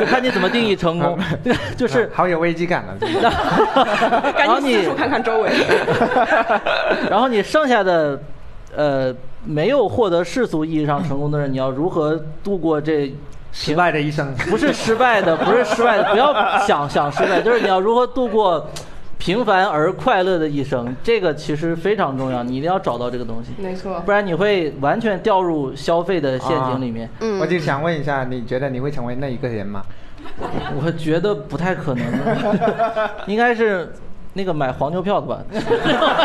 Speaker 2: 就看你怎么定义成功。就是
Speaker 3: 啊，好有危机感了。
Speaker 1: 赶
Speaker 2: 然后
Speaker 1: 紧
Speaker 2: 你
Speaker 1: 四处看看周围。
Speaker 2: 然后你剩下的，呃，没有获得世俗意义上成功的人，你要如何度过这
Speaker 3: 失败的一生，
Speaker 2: 不是失败的，不是失败的，不要想想失败，就是你要如何度过平凡而快乐的一生，这个其实非常重要，你一定要找到这个东西，
Speaker 1: 没错
Speaker 2: 不，然你会完全掉入消费的陷阱里面。
Speaker 1: 嗯
Speaker 3: 我就想问一下，你觉得你会成为那一个人吗？
Speaker 2: 我觉得不太可能，应该是那个买黄牛票的吧，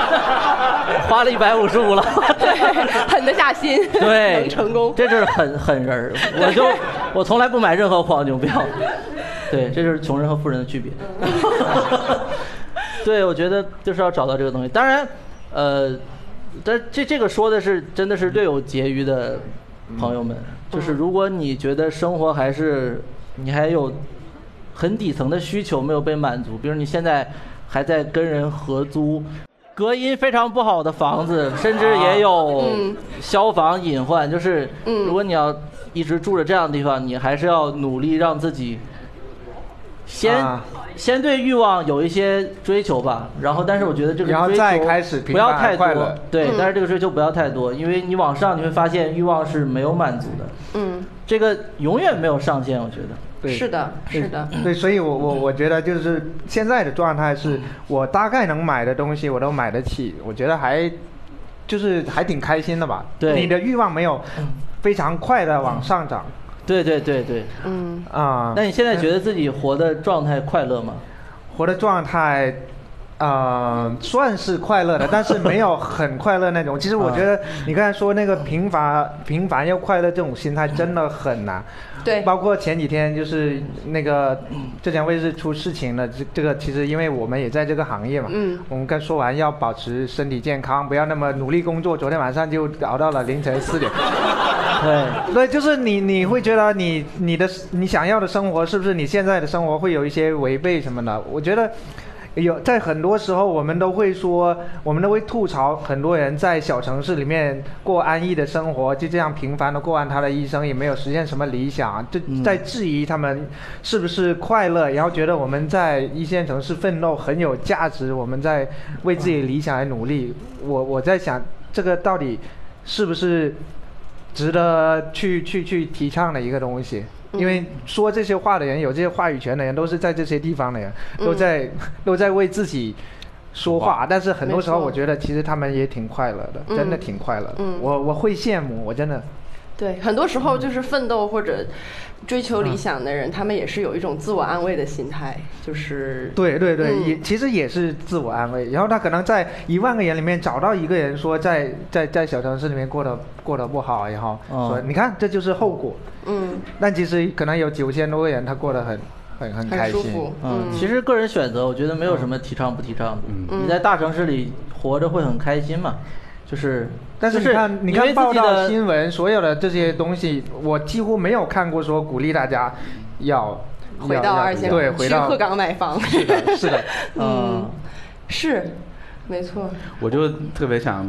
Speaker 2: 花了一百五十五了。
Speaker 1: 对，狠得下心，
Speaker 2: 对，
Speaker 1: 能成功。
Speaker 2: 这就是狠狠人 儿。我就我从来不买任何黄牛票，对，这就是穷人和富人的区别。
Speaker 1: 嗯
Speaker 2: 对，我觉得就是要找到这个东西。当然，呃，但这这个说的是真的是略有结余的朋友们，
Speaker 1: 嗯
Speaker 2: 就是如果你觉得生活还是你还有很底层的需求没有被满足，比如你现在还在跟人合租。隔音非常不好的房
Speaker 3: 嗯
Speaker 2: 子，甚至也
Speaker 3: 啊
Speaker 2: 有消防隐患。就是，
Speaker 3: 嗯
Speaker 2: 如果你要一直住着这样的地方，你还是要努力让自己先、
Speaker 3: 啊
Speaker 2: 先对欲望有一些追求吧，然后但是我觉得这个追求
Speaker 3: 然后再开始平
Speaker 2: 不要
Speaker 3: 凡
Speaker 2: 太
Speaker 3: 而快乐嗯
Speaker 2: 多，对，但是这个追求不要太多，因为你往上你会发现欲望是没有满足的，
Speaker 1: 嗯，
Speaker 2: 这个永远没有上限，我觉得。
Speaker 3: 对
Speaker 1: 是的，是的，
Speaker 3: 对，所以我我我觉得就是现在的状态是，我大概能买的东西我都买得起，我觉得还就是还挺开心的吧。
Speaker 2: 对
Speaker 3: 你的欲望没有非常快的往上涨
Speaker 2: 对对对对，
Speaker 1: 嗯，
Speaker 3: 啊。
Speaker 2: 那你现在觉得自己活的状态快乐吗？
Speaker 3: 活的状态，呃，算是快乐的，但是没有很快乐那种。其实我觉得你刚才说那个平凡、平凡又快乐这种心态真的很难。
Speaker 1: 对，
Speaker 3: 包括前几天就是那个浙江卫视出事情了，这这个其实因为我们也在这个行业嘛，
Speaker 1: 嗯
Speaker 3: 我们刚说完要保持身体健康，不要那么努力工作。昨天晚上就熬到了凌晨四点，
Speaker 2: 对，
Speaker 3: 对，就是你你会觉得你你的你想要的生活是不是你现在的生活会有一些违背什么的？我觉得有在很多时候我们都会说，我们都会吐槽很多人在小城市里面过安逸的生活，就这样平凡的过完他的一生，也没有实现什么理想，就在质疑他们是不是快乐，然后觉得我们在一线城市奋斗很有价值，我们在为自己理想而努力。我我在想，这个到底是不是值得去去去提倡的一个东西？
Speaker 1: 嗯
Speaker 3: 因为说这些话的人，有这些话语权的人，都是在这些地方的人，
Speaker 1: 嗯
Speaker 3: 都在、都在为自己说话。但是很多时候，
Speaker 1: 没错
Speaker 3: 我觉得其实他们也挺快乐的，真的挺快乐的。
Speaker 1: 嗯
Speaker 3: 我我会羡慕，我真的。
Speaker 1: 对，很多时候就是奋斗或者追求理想的人，他们也是有一种自我安慰的心态，就是
Speaker 3: 对对对，
Speaker 1: 嗯
Speaker 3: 也其实也是自我安慰。然后他可能在一万个人里面找到一个人说在在在小城市里面过得过得不好，然后
Speaker 2: 哦
Speaker 3: 说、你看这就是后果。
Speaker 1: 嗯，
Speaker 3: 但其实可能有九千多个人他过得很很很开
Speaker 1: 很舒
Speaker 3: 心。
Speaker 1: 服，
Speaker 2: 嗯，其实个人选择，我觉得没有什么提倡不提倡的。
Speaker 3: 嗯
Speaker 2: 你在大城市里活着会很开心嘛？就是，
Speaker 3: 但是
Speaker 2: 就
Speaker 3: 你看，你
Speaker 2: 因为
Speaker 3: 看
Speaker 2: 自己
Speaker 3: 报道
Speaker 2: 的
Speaker 3: 新闻，所有的这些东西，我几乎没有看过说鼓励大家要
Speaker 1: 回
Speaker 3: 要
Speaker 1: 到
Speaker 3: 要
Speaker 1: 二线，
Speaker 3: 对，回到
Speaker 1: 去鹤岗买房，
Speaker 3: 是的，是 的，
Speaker 2: 嗯，
Speaker 1: 是，没 错，
Speaker 4: 我就特别想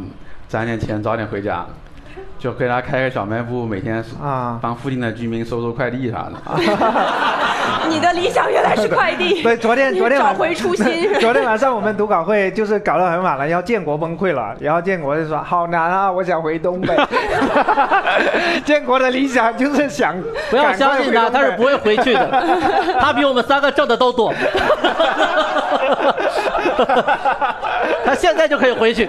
Speaker 4: 攒点钱，早点回家，就回家开个小卖部，每天
Speaker 3: 啊
Speaker 4: 帮附近的居民收收快递啥的。
Speaker 1: 你的理想原来是快递，
Speaker 3: 对，昨天昨天晚
Speaker 1: 找回初心，
Speaker 3: 昨天晚上我们读稿会就是搞到很晚了，然后建国崩溃了，然后建国就说好难啊，我想回 东北。建国的理想就是想
Speaker 2: 不要
Speaker 3: 赶快
Speaker 2: 相信
Speaker 3: 回
Speaker 2: 他，
Speaker 3: 东
Speaker 2: 他是
Speaker 3: 北
Speaker 2: 不会回去 的。他比我们三个挣的都多。他现在就可以回 去。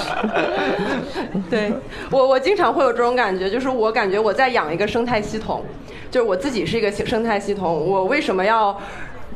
Speaker 1: 对我，我经常会有这种感觉，就是我感觉我在养一个生态系统，就是我自己是一个生态系统，我为什么要？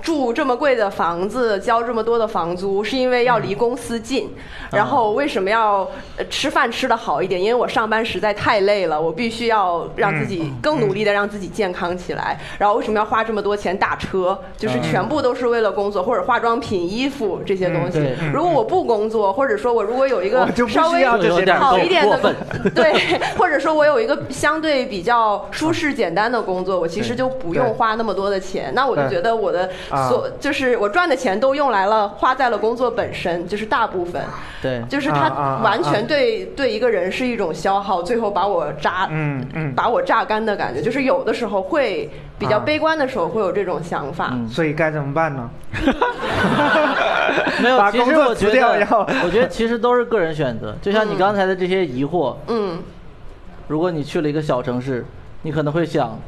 Speaker 1: 住这么贵的房子，交这么多的房租，是因为要离公司近。然后为什么要呃吃饭吃得好一点？因为我上班实在太累了，我必须要让自己更努力的让自己健康起来。然后为什么要花这么多钱打车？就是全部都是为了工作，或者化妆品、衣服这些东西
Speaker 2: 对。
Speaker 1: 如果我不工作，或者说我如果有一个
Speaker 3: 我就不
Speaker 1: 稍微
Speaker 3: 需要这
Speaker 2: 些东西
Speaker 1: 好一点
Speaker 2: 过
Speaker 1: 的
Speaker 2: 分，
Speaker 1: 对，或者说我有一个相对比较舒适简单的工作，我其实
Speaker 2: 对
Speaker 1: 就不用
Speaker 3: 对
Speaker 1: 花那么多的钱。那我就
Speaker 3: 对
Speaker 1: 觉得我的
Speaker 3: 啊
Speaker 1: 所就是我赚的钱都用来了，花在了工作本身，就是大部分。
Speaker 2: 对
Speaker 1: 就是
Speaker 3: 啊啊
Speaker 1: 它
Speaker 3: 啊
Speaker 1: 完
Speaker 3: 啊
Speaker 1: 全对对一个人是一种消耗，最后把我榨，
Speaker 3: 嗯嗯
Speaker 1: 把我榨干的感觉。就是有的时候会比较
Speaker 3: 啊
Speaker 1: 悲观的时候会有这种想法。
Speaker 2: 嗯
Speaker 3: 所以该怎么办呢？
Speaker 2: 没有，
Speaker 3: 把
Speaker 2: 其
Speaker 3: 工
Speaker 2: 实
Speaker 3: 作
Speaker 2: 我
Speaker 3: 辞
Speaker 2: 觉
Speaker 3: 掉，然
Speaker 2: 得
Speaker 3: 后，
Speaker 2: 我觉得其实都是个人选择。就像你刚才的这些疑惑，
Speaker 1: 嗯，
Speaker 2: 如果你去了一个小城市，你可能会想，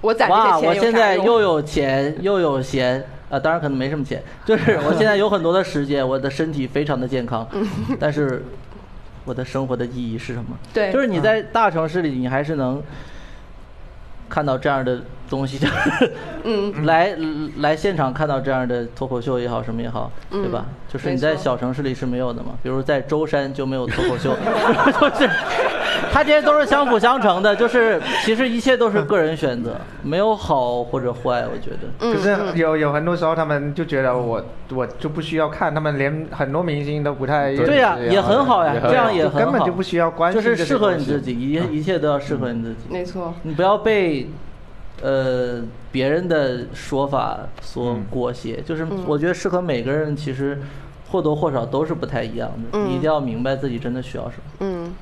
Speaker 1: 我攒这些
Speaker 2: 哇，
Speaker 1: 钱
Speaker 2: 我
Speaker 1: 有
Speaker 2: 现
Speaker 1: 啥
Speaker 2: 在
Speaker 1: 用
Speaker 2: 又有钱又有闲啊、当然可能没什么钱，就是我现在有很多的时间，我的身体非常的健康，
Speaker 1: 嗯
Speaker 2: 但是我的生活的意义是什么？
Speaker 1: 对嗯
Speaker 2: 就是你在大城市里，你还是能看到这样的东西， 就是
Speaker 1: 嗯
Speaker 2: 来来现场看到这样的脱口秀也好，什么也好，对吧？就是你在
Speaker 1: 嗯没错
Speaker 2: 小城市里是没有的嘛，比如在舟山就没有脱口秀， 就是它这些都是相辅相成的，就是其实一切都是个人选择，没有好或者坏，我觉得。
Speaker 3: 可
Speaker 1: 嗯
Speaker 3: 是有有很多时候他们就觉得我我就不需要看，他们连很多明星都不太
Speaker 2: 对呀、也很好呀
Speaker 4: 也，很好
Speaker 2: 这样也很好，
Speaker 3: 根本就不需要关心
Speaker 2: 就
Speaker 3: 这
Speaker 2: 是
Speaker 3: 些
Speaker 2: 适合
Speaker 3: 东
Speaker 2: 你
Speaker 3: 西
Speaker 2: 自己，一一切都要适合你自己，
Speaker 1: 没错，
Speaker 2: 你不要被呃别人的说法所裹挟。
Speaker 1: 嗯
Speaker 2: 就是我觉得适合每个人，其实或多或少都是不太一样的。你一定要明白自己真的需要什么。
Speaker 1: 嗯，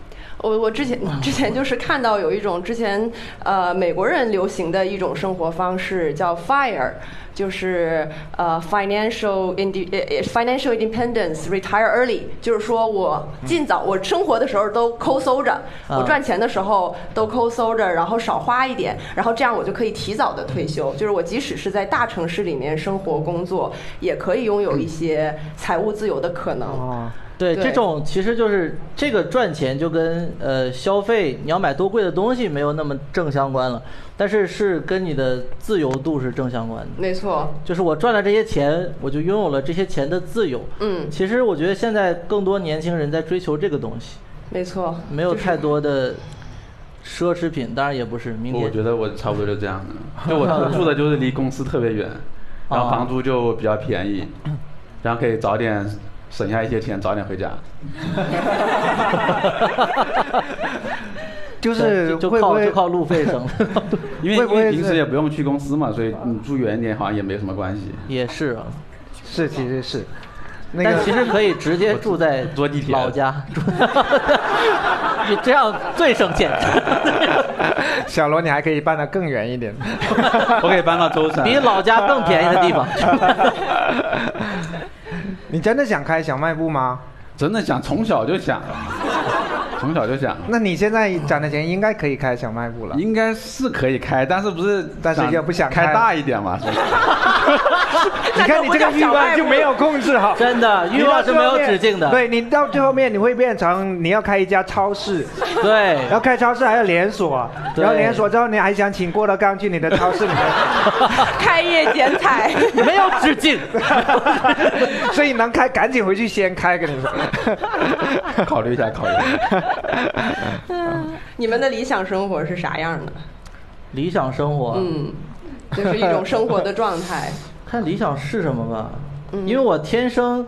Speaker 1: 我我之前之前就是看到有一种之前呃美国人流行的一种生活方式叫 FIRE，就是呃 financial indi eh, eh, financial independence retire early，就是说我尽早我生活的时候都抠搜着，我
Speaker 2: 啊
Speaker 1: 赚钱的时候都抠搜着，然后少花一点，然后这样我就可以提早的退休。就是我即使是在大城市里面生活工作，也可以拥有一些财务自由的可能。
Speaker 3: 哦，
Speaker 2: 对，
Speaker 1: 对
Speaker 2: 这种其实就是这个赚钱就跟呃消费，你要买多贵的东西没有那么正相关了，但是是跟你的自由度是正相关的。
Speaker 1: 没错，
Speaker 2: 就是我赚了这些钱，我就拥有了这些钱的自由。
Speaker 1: 嗯
Speaker 2: 其实我觉得现在更多年轻人在追求这个东西，
Speaker 1: 没错。
Speaker 2: 没有太多的奢侈品，当然也不是。明
Speaker 4: 哦我
Speaker 2: 天
Speaker 4: 觉得我差不多就这样的，就我住的就是离公司特别远，然后
Speaker 2: 啊
Speaker 4: 房租就比较便宜，然后可以早点省下一些钱，早点回家。
Speaker 3: 就是
Speaker 2: 就
Speaker 3: 会不
Speaker 2: 靠
Speaker 3: 会
Speaker 2: 就靠路费省了，
Speaker 4: 因为
Speaker 3: 会不
Speaker 4: 因
Speaker 3: 会
Speaker 4: 为平时
Speaker 3: 是
Speaker 4: 也不用去公司嘛，所以你住远一点好像也没什么关系。
Speaker 2: 也是啊。
Speaker 3: 是其实是，那
Speaker 2: 但
Speaker 3: 个
Speaker 2: 其实可以直接住在
Speaker 4: 坐地铁
Speaker 2: 老家， 住你这样最省 钱。
Speaker 3: 小罗你还可以搬得更远一点。
Speaker 4: 我给搬到舟山，
Speaker 2: 比老家更便宜的 地方。
Speaker 3: 你真的想开小卖部吗？
Speaker 4: 真的想从小就想，从小就想，
Speaker 3: 那你现在攒的钱应该可以开小卖部了。
Speaker 4: 应该是可以开，但是不是？
Speaker 3: 但是也不想开
Speaker 4: 开大一点 嘛？是吧
Speaker 3: 你看你这个欲望就没有控制好，
Speaker 2: 真的欲望是没有止境的
Speaker 3: 对你到最后面，你会变成你要开一家超 市，
Speaker 2: 对，
Speaker 3: 然后开超市还要连锁，
Speaker 2: 对
Speaker 3: 然后连锁之后你还想请郭德纲去你的超市 里面，
Speaker 1: 开业剪彩。
Speaker 2: 没有止 境。
Speaker 3: 所以能开赶紧回去先开，跟你说。
Speaker 4: 考虑一下，考虑一下。
Speaker 1: 你们的理想生活是啥样的？
Speaker 2: 理想生活，
Speaker 1: 嗯，就是一种生活的状态。
Speaker 2: 看理想是什么吧，因为我天生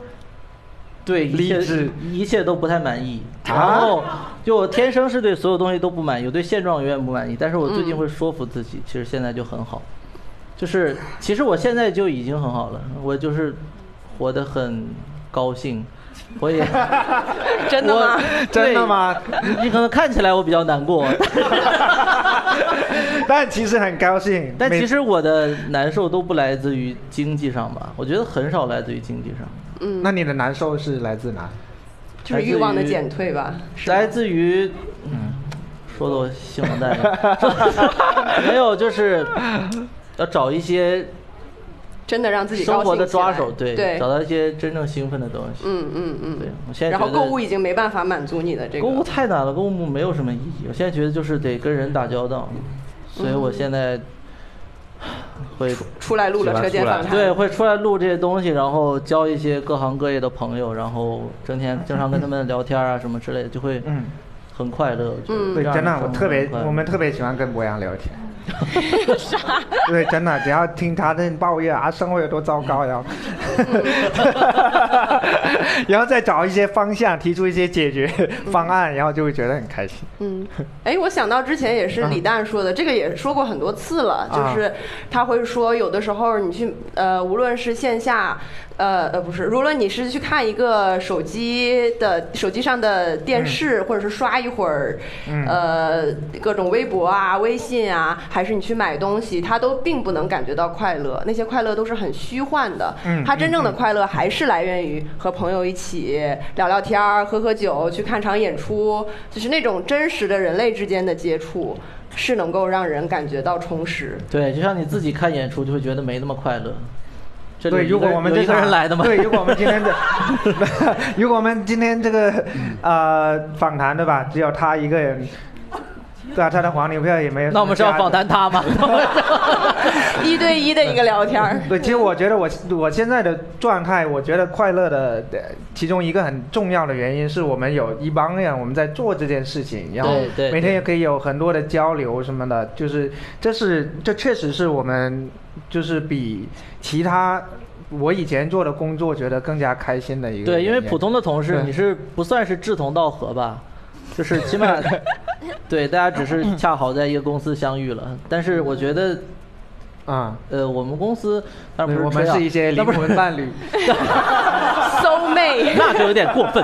Speaker 2: 对一
Speaker 3: 理
Speaker 2: 切
Speaker 3: 智啊
Speaker 2: 一切都不太满意，然后就我天生是对所有东西都不满意，我对现状永远不满意。但是我最近会说服自己，其实现在就很好，就是其实我现在就已经很好了，我就是活得很高兴，我也
Speaker 1: 真的吗？
Speaker 2: 我
Speaker 3: 真的吗？
Speaker 2: 对你你可能看起来我比较难 过，
Speaker 3: 但其实很高兴，
Speaker 2: 但
Speaker 3: 每
Speaker 2: 其实我的难受都不来自于经济上吧，我觉得很少来自于经济上。
Speaker 3: 那你的难受是来自哪？
Speaker 1: 就是欲望的减退吧。是吧
Speaker 2: 来自于，嗯，说的我性冷淡 了，没有，就是要找一些
Speaker 1: 真的让自己高
Speaker 2: 生
Speaker 1: 兴
Speaker 2: 活的
Speaker 1: 起来
Speaker 2: 抓手，对，
Speaker 1: 对
Speaker 2: 找，到一些真正兴奋的东西。
Speaker 1: 嗯嗯嗯，
Speaker 2: 对我现在
Speaker 1: 然后
Speaker 2: 觉得
Speaker 1: 购物已经没办法满足你的这个
Speaker 2: 购物太难了，购物没有什么意义。我现在觉得就是得跟人打交道，所以我现在会
Speaker 1: 出来录了车间访谈，
Speaker 2: 对，会出来录这些东西，然后交一些各行各业的朋友，然后整天经常跟他们聊天啊什么之类的，就会
Speaker 3: 嗯
Speaker 2: 很快乐。我觉
Speaker 1: 嗯
Speaker 2: 得
Speaker 3: 对，
Speaker 2: 这样
Speaker 3: 真的，
Speaker 2: 生
Speaker 3: 我
Speaker 2: 活
Speaker 3: 特别
Speaker 2: 很，快乐
Speaker 3: 我们特别喜欢跟博洋聊 天。对，真的，只要听他的抱怨啊，生活有多糟糕，然 后，然后再找一些方向，提出一些解决
Speaker 2: 嗯
Speaker 3: 方案，然后就会觉得很开心。
Speaker 1: 嗯，哎，我想到之前也是李诞说的，这个也说过很多次了，
Speaker 3: 啊
Speaker 1: 就是他会说，有的时候你去呃，无论是线下，呃呃不是，无论你是去看一个手机的手机上的电视，或者是刷一会儿，呃各种微博啊、微信啊，还是你去买东西，他都并不能感觉到快乐，那些快乐都是很虚幻的，
Speaker 3: 嗯
Speaker 1: 他真正的快乐还是来源于和朋友一起聊聊天儿、喝喝酒、去看场演出，就是那种真实的人类之间的接触，是能够让人感觉到充实。
Speaker 2: 对，就像你自己看演出，就会觉得没那么快乐。这里
Speaker 3: 对，
Speaker 2: 有
Speaker 3: 如
Speaker 2: 一个
Speaker 3: 果我们
Speaker 2: 有
Speaker 3: 这
Speaker 2: 一个
Speaker 3: 场
Speaker 2: 人来的嘛，
Speaker 3: 对，如果我们今天的，如果我们今天这个
Speaker 2: 嗯
Speaker 3: 呃访谈对吧，只有他一个人，对啊，他的黄牛票也没有。
Speaker 2: 那我们是要访谈他 吗？
Speaker 1: 一对一的一个聊天儿，
Speaker 3: 对，其实我觉得我我现在的状态，我觉得快乐的呃其中一个很重要的原因是我们有一帮人我们在做这件事情，然后
Speaker 2: 对对
Speaker 3: 每天
Speaker 2: 对
Speaker 3: 也可以有很多的交流什么的，就是这是这确实是我们就是比其他我以前做的工作觉得更加开心的一个
Speaker 2: 对，因为
Speaker 3: 原因
Speaker 2: 普通的同事
Speaker 3: 对
Speaker 2: 你是不算是志同道合吧，就是 起码对大家只是恰好在一个公司相遇了。但是我觉得，
Speaker 3: 啊。
Speaker 2: 呃，我们公司当然
Speaker 3: 对
Speaker 2: 不
Speaker 3: 我
Speaker 2: 吹
Speaker 3: 们
Speaker 2: 啊
Speaker 3: 是一些
Speaker 2: 那
Speaker 3: 灵
Speaker 2: 不是
Speaker 3: 魂伴侣，
Speaker 1: 搜妹。
Speaker 2: 那就有点过分。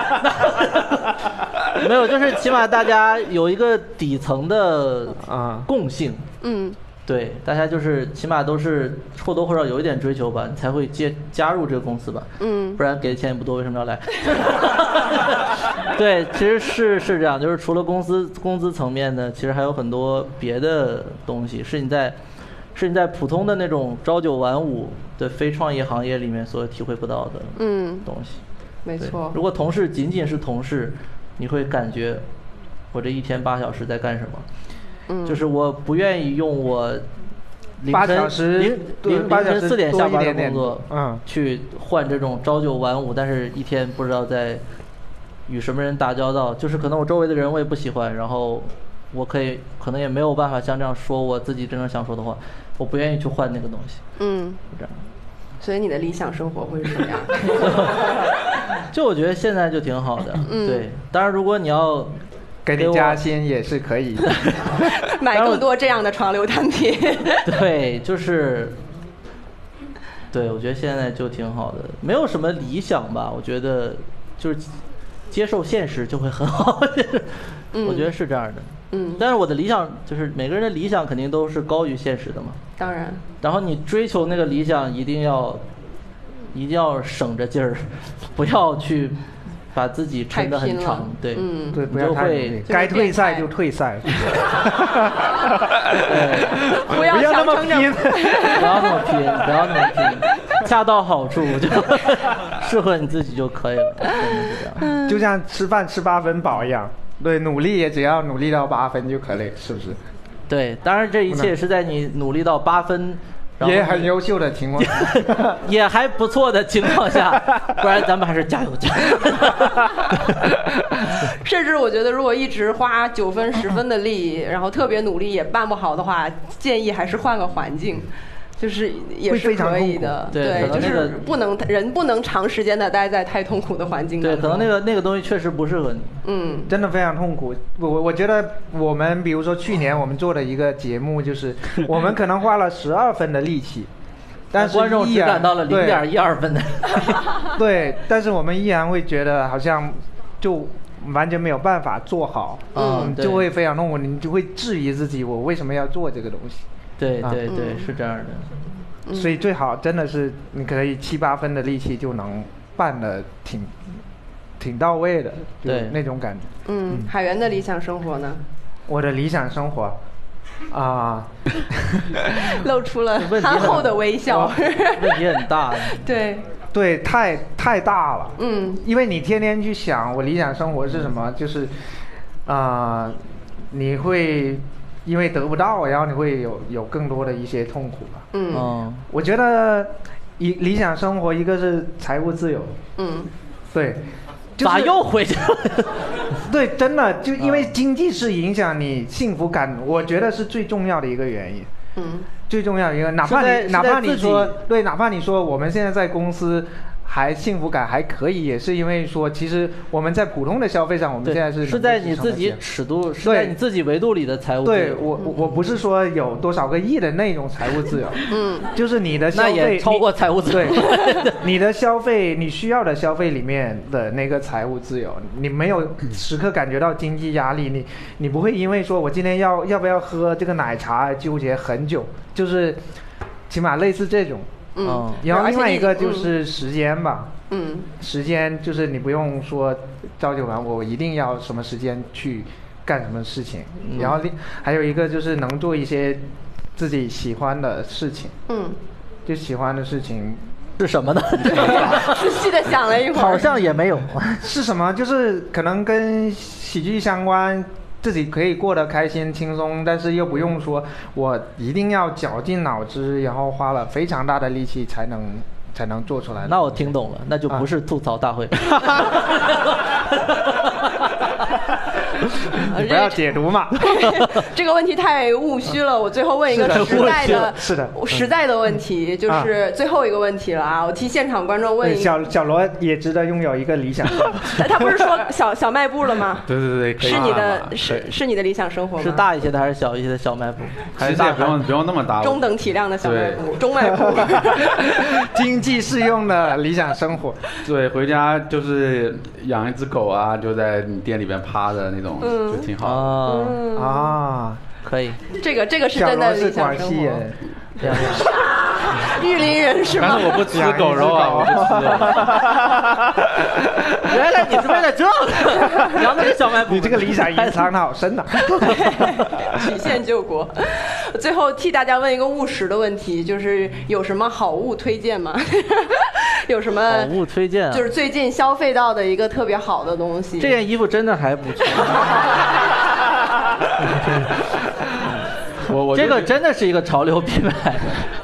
Speaker 2: 没有，就是起码大家有一个底层的
Speaker 3: 啊
Speaker 2: 共性，
Speaker 1: 嗯，
Speaker 2: 对，大家就是起码都是或多或少有一点追求吧，你才会接加入这个公司吧。
Speaker 1: 嗯
Speaker 2: 不然给的钱也不多，为什么要来？对，其实是是这样，就是除了公司工资层面呢，其实还有很多别的东西是你在。是你在普通的那种朝九晚五的非创业行业里面所体会不到的
Speaker 1: 嗯
Speaker 2: 东西。
Speaker 1: 没
Speaker 2: 对
Speaker 1: 错
Speaker 2: 如。果同事仅仅是同事，你会感觉我这一天八小时在干什么？
Speaker 1: 嗯
Speaker 2: 就是我不愿意用我凌
Speaker 3: 八
Speaker 2: 晨
Speaker 3: 小时
Speaker 2: 凌
Speaker 3: 对
Speaker 2: 凌
Speaker 3: 八
Speaker 2: 凌
Speaker 3: 小时
Speaker 2: 晨四点
Speaker 3: 多
Speaker 2: 下
Speaker 3: 一
Speaker 2: 班的
Speaker 3: 点点
Speaker 2: 工作，
Speaker 3: 嗯
Speaker 2: 去换这种朝九晚五，但是一天不知道在与什么人打交道，就是可能我周围的人我也不喜欢，然后我可以可能也没有办法像这样说我自己真正想说的话，我不愿意去换那个东西，
Speaker 1: 嗯，
Speaker 2: 是这样。
Speaker 1: 所以你的理想生活会是什么样？
Speaker 2: 就我觉得现在就挺好的，
Speaker 1: 嗯
Speaker 2: 对。当然，如果你要
Speaker 3: 给
Speaker 2: 给
Speaker 3: 你
Speaker 2: 我
Speaker 3: 加薪也是可以。
Speaker 1: 买更多这样的床流单品。
Speaker 2: 对，就是对，我觉得现在就挺好的，没有什么理想吧，我觉得就是接受现实就会很好， 就是我觉得是这样的。
Speaker 1: 嗯
Speaker 2: 但是我的理想就是每个人的理想肯定都是高于现实的嘛，
Speaker 1: 当然，
Speaker 2: 然后你追求那个理想一定要一定要省着劲儿， 不要去把自己撑得很
Speaker 1: 太拼
Speaker 2: 长
Speaker 1: 了，
Speaker 2: 对，
Speaker 1: 嗯
Speaker 3: 对，不
Speaker 2: 你
Speaker 3: 要
Speaker 2: 就
Speaker 3: 太努
Speaker 2: 会
Speaker 3: 力，该退赛就退赛，不
Speaker 1: 要
Speaker 3: 那
Speaker 1: 强
Speaker 3: 么
Speaker 1: 撑着
Speaker 3: 拼。
Speaker 2: 不要那么拼，不要那么拼，恰到好处就 适合你自己就可以了，真的是这样。
Speaker 3: 就像吃饭吃八分饱一样，对，努力也只要努力到八分就可以，是不是？
Speaker 2: 对，当然这一切是在你努力到八分，然后
Speaker 3: 也很优秀的情 况下，
Speaker 2: 也还不错的情况 下，不然咱们还是加油加油。
Speaker 1: 甚至我觉得，如果一直花九分、十分的力，然后特别努力也办不好的话，建议还是换个环境，就是也
Speaker 3: 会
Speaker 1: 是
Speaker 3: 非常
Speaker 1: 可以
Speaker 3: 痛苦
Speaker 1: 的。
Speaker 2: 对可能
Speaker 1: 就
Speaker 2: 那
Speaker 1: 是
Speaker 2: 个
Speaker 1: 不能人不能长时间的待在太痛苦的环境当
Speaker 2: 对，
Speaker 1: 中。
Speaker 2: 可能那个那个东西确实不适合你。
Speaker 1: 嗯
Speaker 3: 真的非常痛苦。我我我觉得我们比如说去年我们做的一个节目，就是 我们可能花了十二分的力气，但是
Speaker 2: 观众
Speaker 3: 依
Speaker 2: 只
Speaker 3: 然
Speaker 2: 感到了零
Speaker 3: 对
Speaker 2: 点一二分的。
Speaker 3: 对，但是我们依然会觉得好像就完全没有办法做好，
Speaker 2: 嗯对
Speaker 3: 就会非常痛苦，你就会质疑自己，我为什么要做这个东西？
Speaker 2: 对
Speaker 3: 啊
Speaker 2: 对对，是这样的。
Speaker 3: 所以最好真的是你可以七八分的力气就能办的挺挺到位的，就
Speaker 2: 对
Speaker 3: 那种感觉。
Speaker 1: 嗯，海源的理想生活呢，
Speaker 3: 我的理想生活啊，
Speaker 1: 露出了
Speaker 2: 问题
Speaker 1: 憨
Speaker 2: 很
Speaker 1: 厚的微笑
Speaker 2: 哇。问题很大。 啊
Speaker 1: 对，
Speaker 3: 对，太太大了。
Speaker 1: 嗯
Speaker 3: 因为你天天去想我理想生活是什么，就是，啊、你会因为得不到，然后你会有有更多的一些痛苦吧。
Speaker 1: 嗯
Speaker 2: 嗯，
Speaker 3: 我觉得理理想生活一个是财务自由，
Speaker 1: 嗯，
Speaker 3: 对，就是
Speaker 2: 咋又回去了？
Speaker 3: 对，真的就因为经济是影响你幸福感，我觉得是最重要的一个原因。
Speaker 1: 嗯
Speaker 3: 最重要的一个，哪
Speaker 2: 是
Speaker 3: 怕
Speaker 2: 在
Speaker 3: 你
Speaker 2: 是
Speaker 3: 哪
Speaker 2: 在
Speaker 3: 怕你
Speaker 2: 自己
Speaker 3: 说对，哪怕你说我们现在在公司还幸福感还可以，也是因为说其实我们在普通的消费上，我们
Speaker 2: 对，
Speaker 3: 现在是
Speaker 2: 是
Speaker 3: 能
Speaker 2: 在
Speaker 3: 够
Speaker 2: 你
Speaker 3: 支撑
Speaker 2: 自
Speaker 3: 得
Speaker 2: 己
Speaker 3: 起
Speaker 2: 尺度，是在你自嗯己维度里的财务。
Speaker 3: 对我我我不是说有多少个亿的那种财务自由，
Speaker 1: 嗯，
Speaker 3: 就是你的消
Speaker 2: 那
Speaker 3: 费
Speaker 2: 也超
Speaker 3: 你
Speaker 2: 过财务自由
Speaker 3: 对，你的消费你需要的消费里面的那个财务自由，你没有时刻感觉到经济压力，你你不会因为说我今天要要不要喝这个奶茶而纠结很久，就是起码类似这种。
Speaker 1: 嗯
Speaker 2: 嗯，
Speaker 3: 然后
Speaker 1: 而且
Speaker 3: 另外一
Speaker 1: 你
Speaker 3: 个就
Speaker 1: 嗯
Speaker 3: 是时间吧，
Speaker 1: 嗯
Speaker 3: 时间就是你不用说朝九晚五，我一定要什么时间去干什么事情。
Speaker 2: 嗯
Speaker 3: 然后另还有一个就是能做一些自己喜欢的事情，
Speaker 1: 嗯，
Speaker 3: 就喜欢的事情
Speaker 2: 是什么呢？
Speaker 1: 仔细的想了一会儿，
Speaker 2: 好像也没有。
Speaker 3: 是什么？就是可能跟喜剧相关，自己可以过得开心轻松，但是又不用说我一定要绞尽脑汁，然后花了非常大的力气才能才能做出来 的。
Speaker 2: 那我听懂了，那
Speaker 3: 啊
Speaker 2: 就不是吐槽大会。
Speaker 1: 啊
Speaker 3: 你不
Speaker 1: 这
Speaker 3: 要解 读嘛。
Speaker 1: 这个问题太务虚了，我最后问一个
Speaker 3: 是的
Speaker 1: 实在的、
Speaker 3: 是的嗯是的
Speaker 1: 实在的问题，就是最后一个问题了啊！我替现场观众问
Speaker 3: 对，
Speaker 1: 一个，哎
Speaker 3: 小小罗也值得拥有一个理想。
Speaker 1: 他不是说小小卖部了吗？
Speaker 4: 对对对，可以
Speaker 1: 是你
Speaker 4: 看嘛
Speaker 1: 的，是
Speaker 4: 对
Speaker 1: 是你的理想生活吗？
Speaker 2: 是大一些的还是小一些的小卖 部？
Speaker 4: 其实也不用不用那么大，
Speaker 1: 中等体量的小卖部，中卖部。
Speaker 3: 经济适用的理想生活，
Speaker 4: 对，回家就是养一只狗啊，就在你店里边趴着那种，
Speaker 1: 嗯
Speaker 4: 就挺好
Speaker 3: 哦
Speaker 4: 的。
Speaker 2: 啊，
Speaker 3: 啊，
Speaker 2: 可以。
Speaker 1: 这个这个嗯是
Speaker 3: 小
Speaker 1: 真
Speaker 3: 罗
Speaker 1: 的
Speaker 3: 是
Speaker 1: 理
Speaker 3: 广
Speaker 1: 想生
Speaker 3: 西
Speaker 1: 活，
Speaker 3: 人，
Speaker 2: 这样
Speaker 1: 玉林人是
Speaker 4: 但
Speaker 1: 吗？
Speaker 4: 是我不吃
Speaker 3: 养一只
Speaker 4: 狗肉啊，
Speaker 3: 狗
Speaker 4: 我不吃肉。
Speaker 2: 原来你是为了这个，聊的是小卖部。
Speaker 3: 你这个理想隐藏的好深呐、
Speaker 1: 曲线救国。最后替大家问一个务实的问题，就是有什么好物推荐吗？ 有什么
Speaker 2: 好物推荐啊，
Speaker 1: 就是最近消费到的一个特别好的东西。
Speaker 2: 这件衣服真的还不错，
Speaker 4: 我我就
Speaker 2: 这个真的是一个潮流品牌，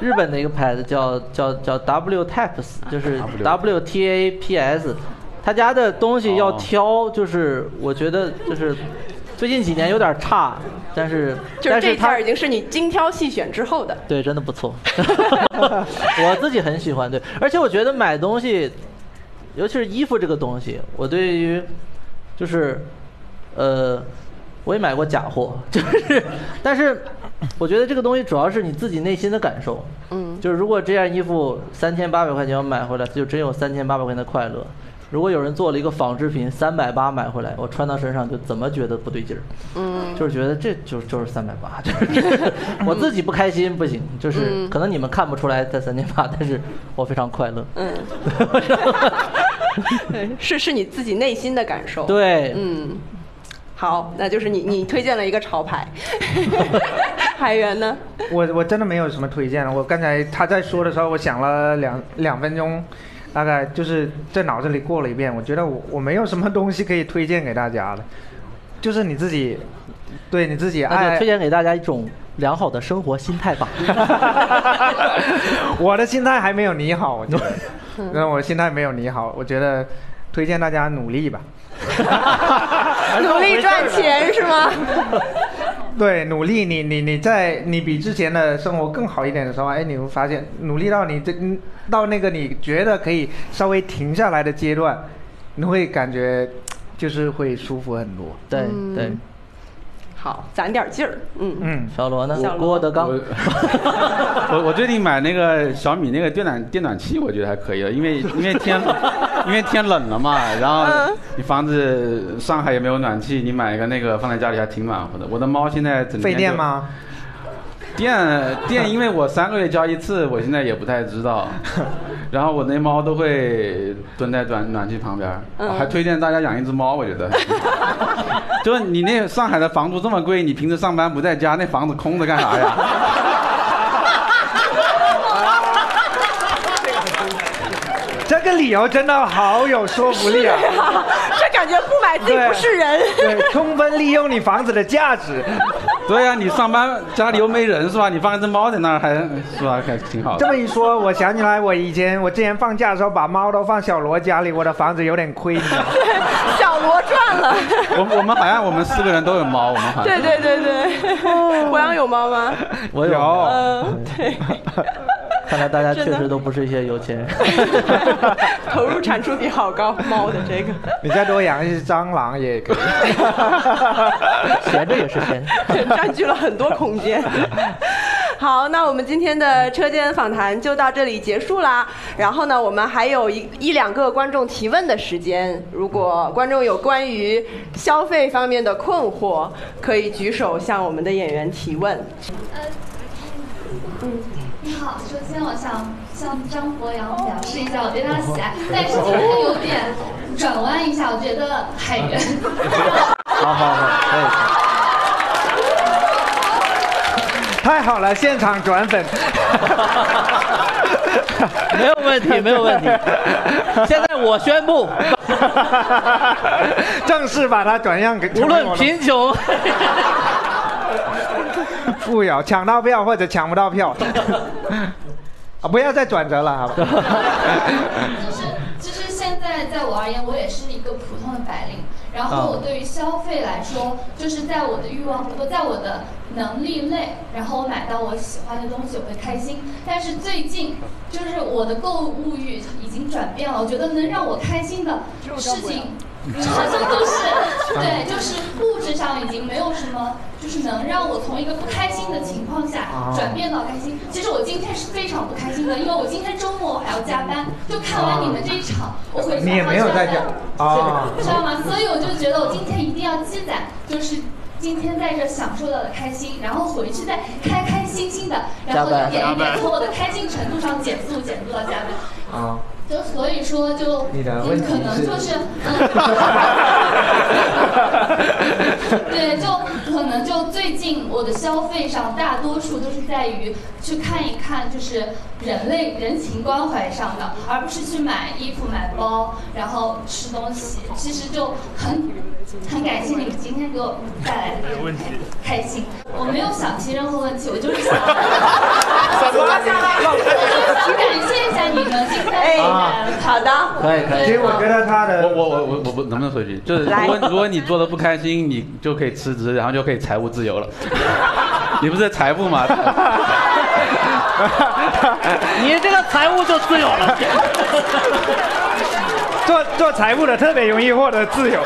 Speaker 2: 日本的一个牌子叫叫叫 W Taps，就是 W T A P S，他家的东西要挑，就是我觉得就是最近几年有点差，但是
Speaker 1: 就是
Speaker 2: 但
Speaker 1: 这
Speaker 2: 是
Speaker 1: 一件
Speaker 2: 他
Speaker 1: 儿已经是你精挑细选之 后的。
Speaker 2: 对，真的不错，我自己很喜欢。对，而且我觉得买东西，尤其是衣服这个东西，我对于 就是呃，我也买过假货，就是但是我觉得这个东西主要是你自己内心的感受。
Speaker 1: 嗯
Speaker 2: 就是如果这件衣服三千八百块钱我买回来，就真有三千八百块钱的快乐。如果有人做了一个仿制品三百八买回来，我穿到身上就怎么觉得不对劲儿，
Speaker 1: 嗯，
Speaker 2: 就是觉得这就就是三百八， 就是我自己不开心不行，就是
Speaker 1: 嗯
Speaker 2: 可能你们看不出来在三千八，但是我非常快乐。
Speaker 1: 嗯，是是你自己内心的感受。，
Speaker 2: 对，
Speaker 1: 嗯，好，那就是你你推荐了一个潮 牌，海源呢？
Speaker 3: 我我真的没有什么推荐了。我刚才他在说的时候，我想了两两分钟，大概就是在脑子里过了一遍。我觉得我我没有什么东西可以推荐给大家的，就是你自己，对你自己
Speaker 2: 那
Speaker 3: 爱
Speaker 2: 就推。荐给大家一种良好的生活心态吧。
Speaker 3: 我的心态还没有你好，我觉得，那我心态没有你好，我觉得推荐大家努力吧。
Speaker 1: 努力赚钱是 吗？
Speaker 3: 对，努力你你你在你比之前的生活更好一点的时候，哎，你会发现努力到你这嗯到那个你觉得可以稍微停下来的阶段，你会感觉就是会舒服很多。
Speaker 2: 对对，
Speaker 1: 好，攒点劲儿，嗯，
Speaker 3: 嗯，
Speaker 2: 小罗呢？
Speaker 1: 小罗
Speaker 2: 郭德纲
Speaker 4: 我 我我最近买那个小米那个电暖电暖器，我觉得还可以了，因为因为天因为天冷了嘛，然
Speaker 3: 嗯
Speaker 4: 后你房子上海也没有暖气，你买一个那个放在家里还挺暖和的。我的猫现在整天
Speaker 3: 费电
Speaker 4: 就？
Speaker 3: 吗？
Speaker 4: 电电，因为我三个月交一次，我现在也不太知道。然后我那猫都会蹲在暖暖气旁边儿，
Speaker 1: 嗯
Speaker 4: 我还推荐大家养一只猫，我觉得。 就是你那上海的房租这么贵，你平时上班不在家，那房子空着干啥呀？
Speaker 3: 这个理由真的好有说服力啊！
Speaker 1: 啊 这感觉不买自己不是人。
Speaker 3: 对，充分利用你房子的价值，
Speaker 4: 对呀、你上班家里又没人是吧？你放一只猫在那儿还是吧，还挺好
Speaker 3: 这
Speaker 4: 的。
Speaker 3: 么一说，我想起来，我以前我之前放假的时候把猫都放小罗家里，我的房子有点亏你啊知道 吗。
Speaker 1: 小罗赚了，
Speaker 4: 我我们好像我们四个人都有猫，我们好像
Speaker 1: 对对对
Speaker 2: 哦
Speaker 1: 对，我阳有猫 吗？
Speaker 2: 我有，
Speaker 3: 哦
Speaker 1: 嗯，对，
Speaker 2: 看来大家确
Speaker 1: 真的
Speaker 2: 实都不是一些有钱人。
Speaker 1: 投入产出比好高，猫的这个。
Speaker 3: 你再多养一只蟑螂也可以。
Speaker 2: 闲着也是闲。
Speaker 1: 占据了很多空 间。好，那我们今天的车间访谈就到这里结束啦。然后呢，我们还有一一两个观众提问的时间。如果观众有关于消费方面的困惑，可以举手向我们的演员提问。
Speaker 5: 你好，首先我想向张博洋表示一下我对他的喜爱，但是突然有点转弯一下，我觉得海源。
Speaker 2: 好好好，可以。
Speaker 3: 太好了，现场转 粉。
Speaker 2: 没有问题，没有问题。 现在 我宣布，
Speaker 3: 正式把它转让给，
Speaker 2: 无
Speaker 3: 成为
Speaker 2: 论
Speaker 3: 我的
Speaker 2: 贫穷，
Speaker 3: 富有抢到票或者抢不到 票，啊，不要再转折了，好吧？
Speaker 5: 就是就是现在在我而言，我也是一个普通的白领。然后我对于消费来说，就是在我的欲望，我在我的能力内，然后我买到我喜欢的东西，我会开心。但是最近，就是我的购物欲已经转变了，我觉得能让我开心的事情。好像都是，对，就是物质上已经没有什么，就是能让我从一个不开心的情况下转变到开心。其实我今天是非常不开心的，因为我今天周末我还要加班，就看完你们这一场，我回去
Speaker 3: 你也没有在讲啊，
Speaker 5: 知道吗？所以我就觉得我今天一定要积攒，就是今天在这享受到的开心，然后回去再开开心心的，然后一点一点从我的开心程度上减速，减速到加班。
Speaker 3: 啊，
Speaker 5: 就所以说就，
Speaker 3: 你的
Speaker 5: 嗯
Speaker 3: 问题
Speaker 5: 可能
Speaker 3: 是
Speaker 5: 就是，嗯对，就可能就最近我的消费上，大多数都是在于去看一看，就是人类人情关怀上的，而不是去买衣服、买包，然后吃东西。其实就很很感谢你们今天给我带来的这个开开心，我没有想提任何问题，我就是想。感谢一下你们今
Speaker 1: 哎
Speaker 5: 天来了，
Speaker 1: 好的，
Speaker 2: 可以可以。
Speaker 3: 其实我觉得他
Speaker 4: 我
Speaker 3: 的
Speaker 4: 我我我我不能不能说一句，就是
Speaker 1: 来
Speaker 4: 如果如果你做的不开心，你就可以辞职，然后就可以财务自由了。你不是财富吗？
Speaker 2: 你这个财务就自由了。
Speaker 3: 做做财务的特别容易获得自由。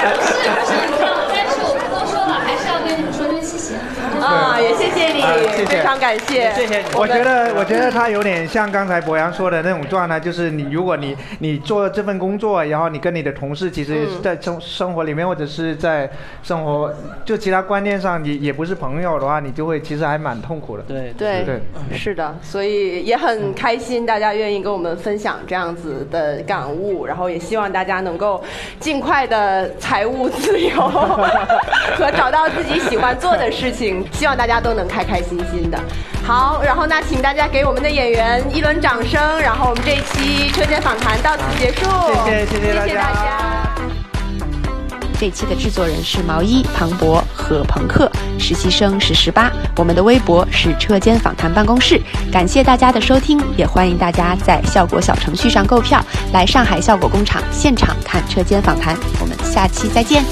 Speaker 5: 是是这样，但是我不多说了，还是要跟你们说声谢谢。
Speaker 1: 啊，谢你，
Speaker 3: 啊谢谢
Speaker 1: 非常感谢，
Speaker 2: 谢谢你
Speaker 3: 我觉得，我觉得他有点像刚才博洋说的那种状态，就是你如果你你做这份工作，然后你跟你的同事，其实
Speaker 1: 嗯
Speaker 3: 在生生活里面或者是在生活就其他观念上，你也不是朋友的话，你就会其实还蛮痛苦的。
Speaker 2: 对
Speaker 1: 对
Speaker 3: 对
Speaker 1: 是的，所以也很开心，大家愿意跟我们分享这样子的感悟，然后也希望大家能够尽快的财务自由 和找到自己喜欢做的事情，希望大家都能开开心心的。好，然后那请大家给我们的演员一轮掌声，然后我们这一期车间访谈到此结束，
Speaker 3: 谢谢谢谢大
Speaker 1: 谢谢大家。
Speaker 6: 这期的制作人是毛衣、庞博和朋克，实习生是十八。我们的微博是车间访谈办公室。感谢大家的收听，也欢迎大家在效果小程序上购票，来上海效果工厂现场看车间访谈。我们下期再见。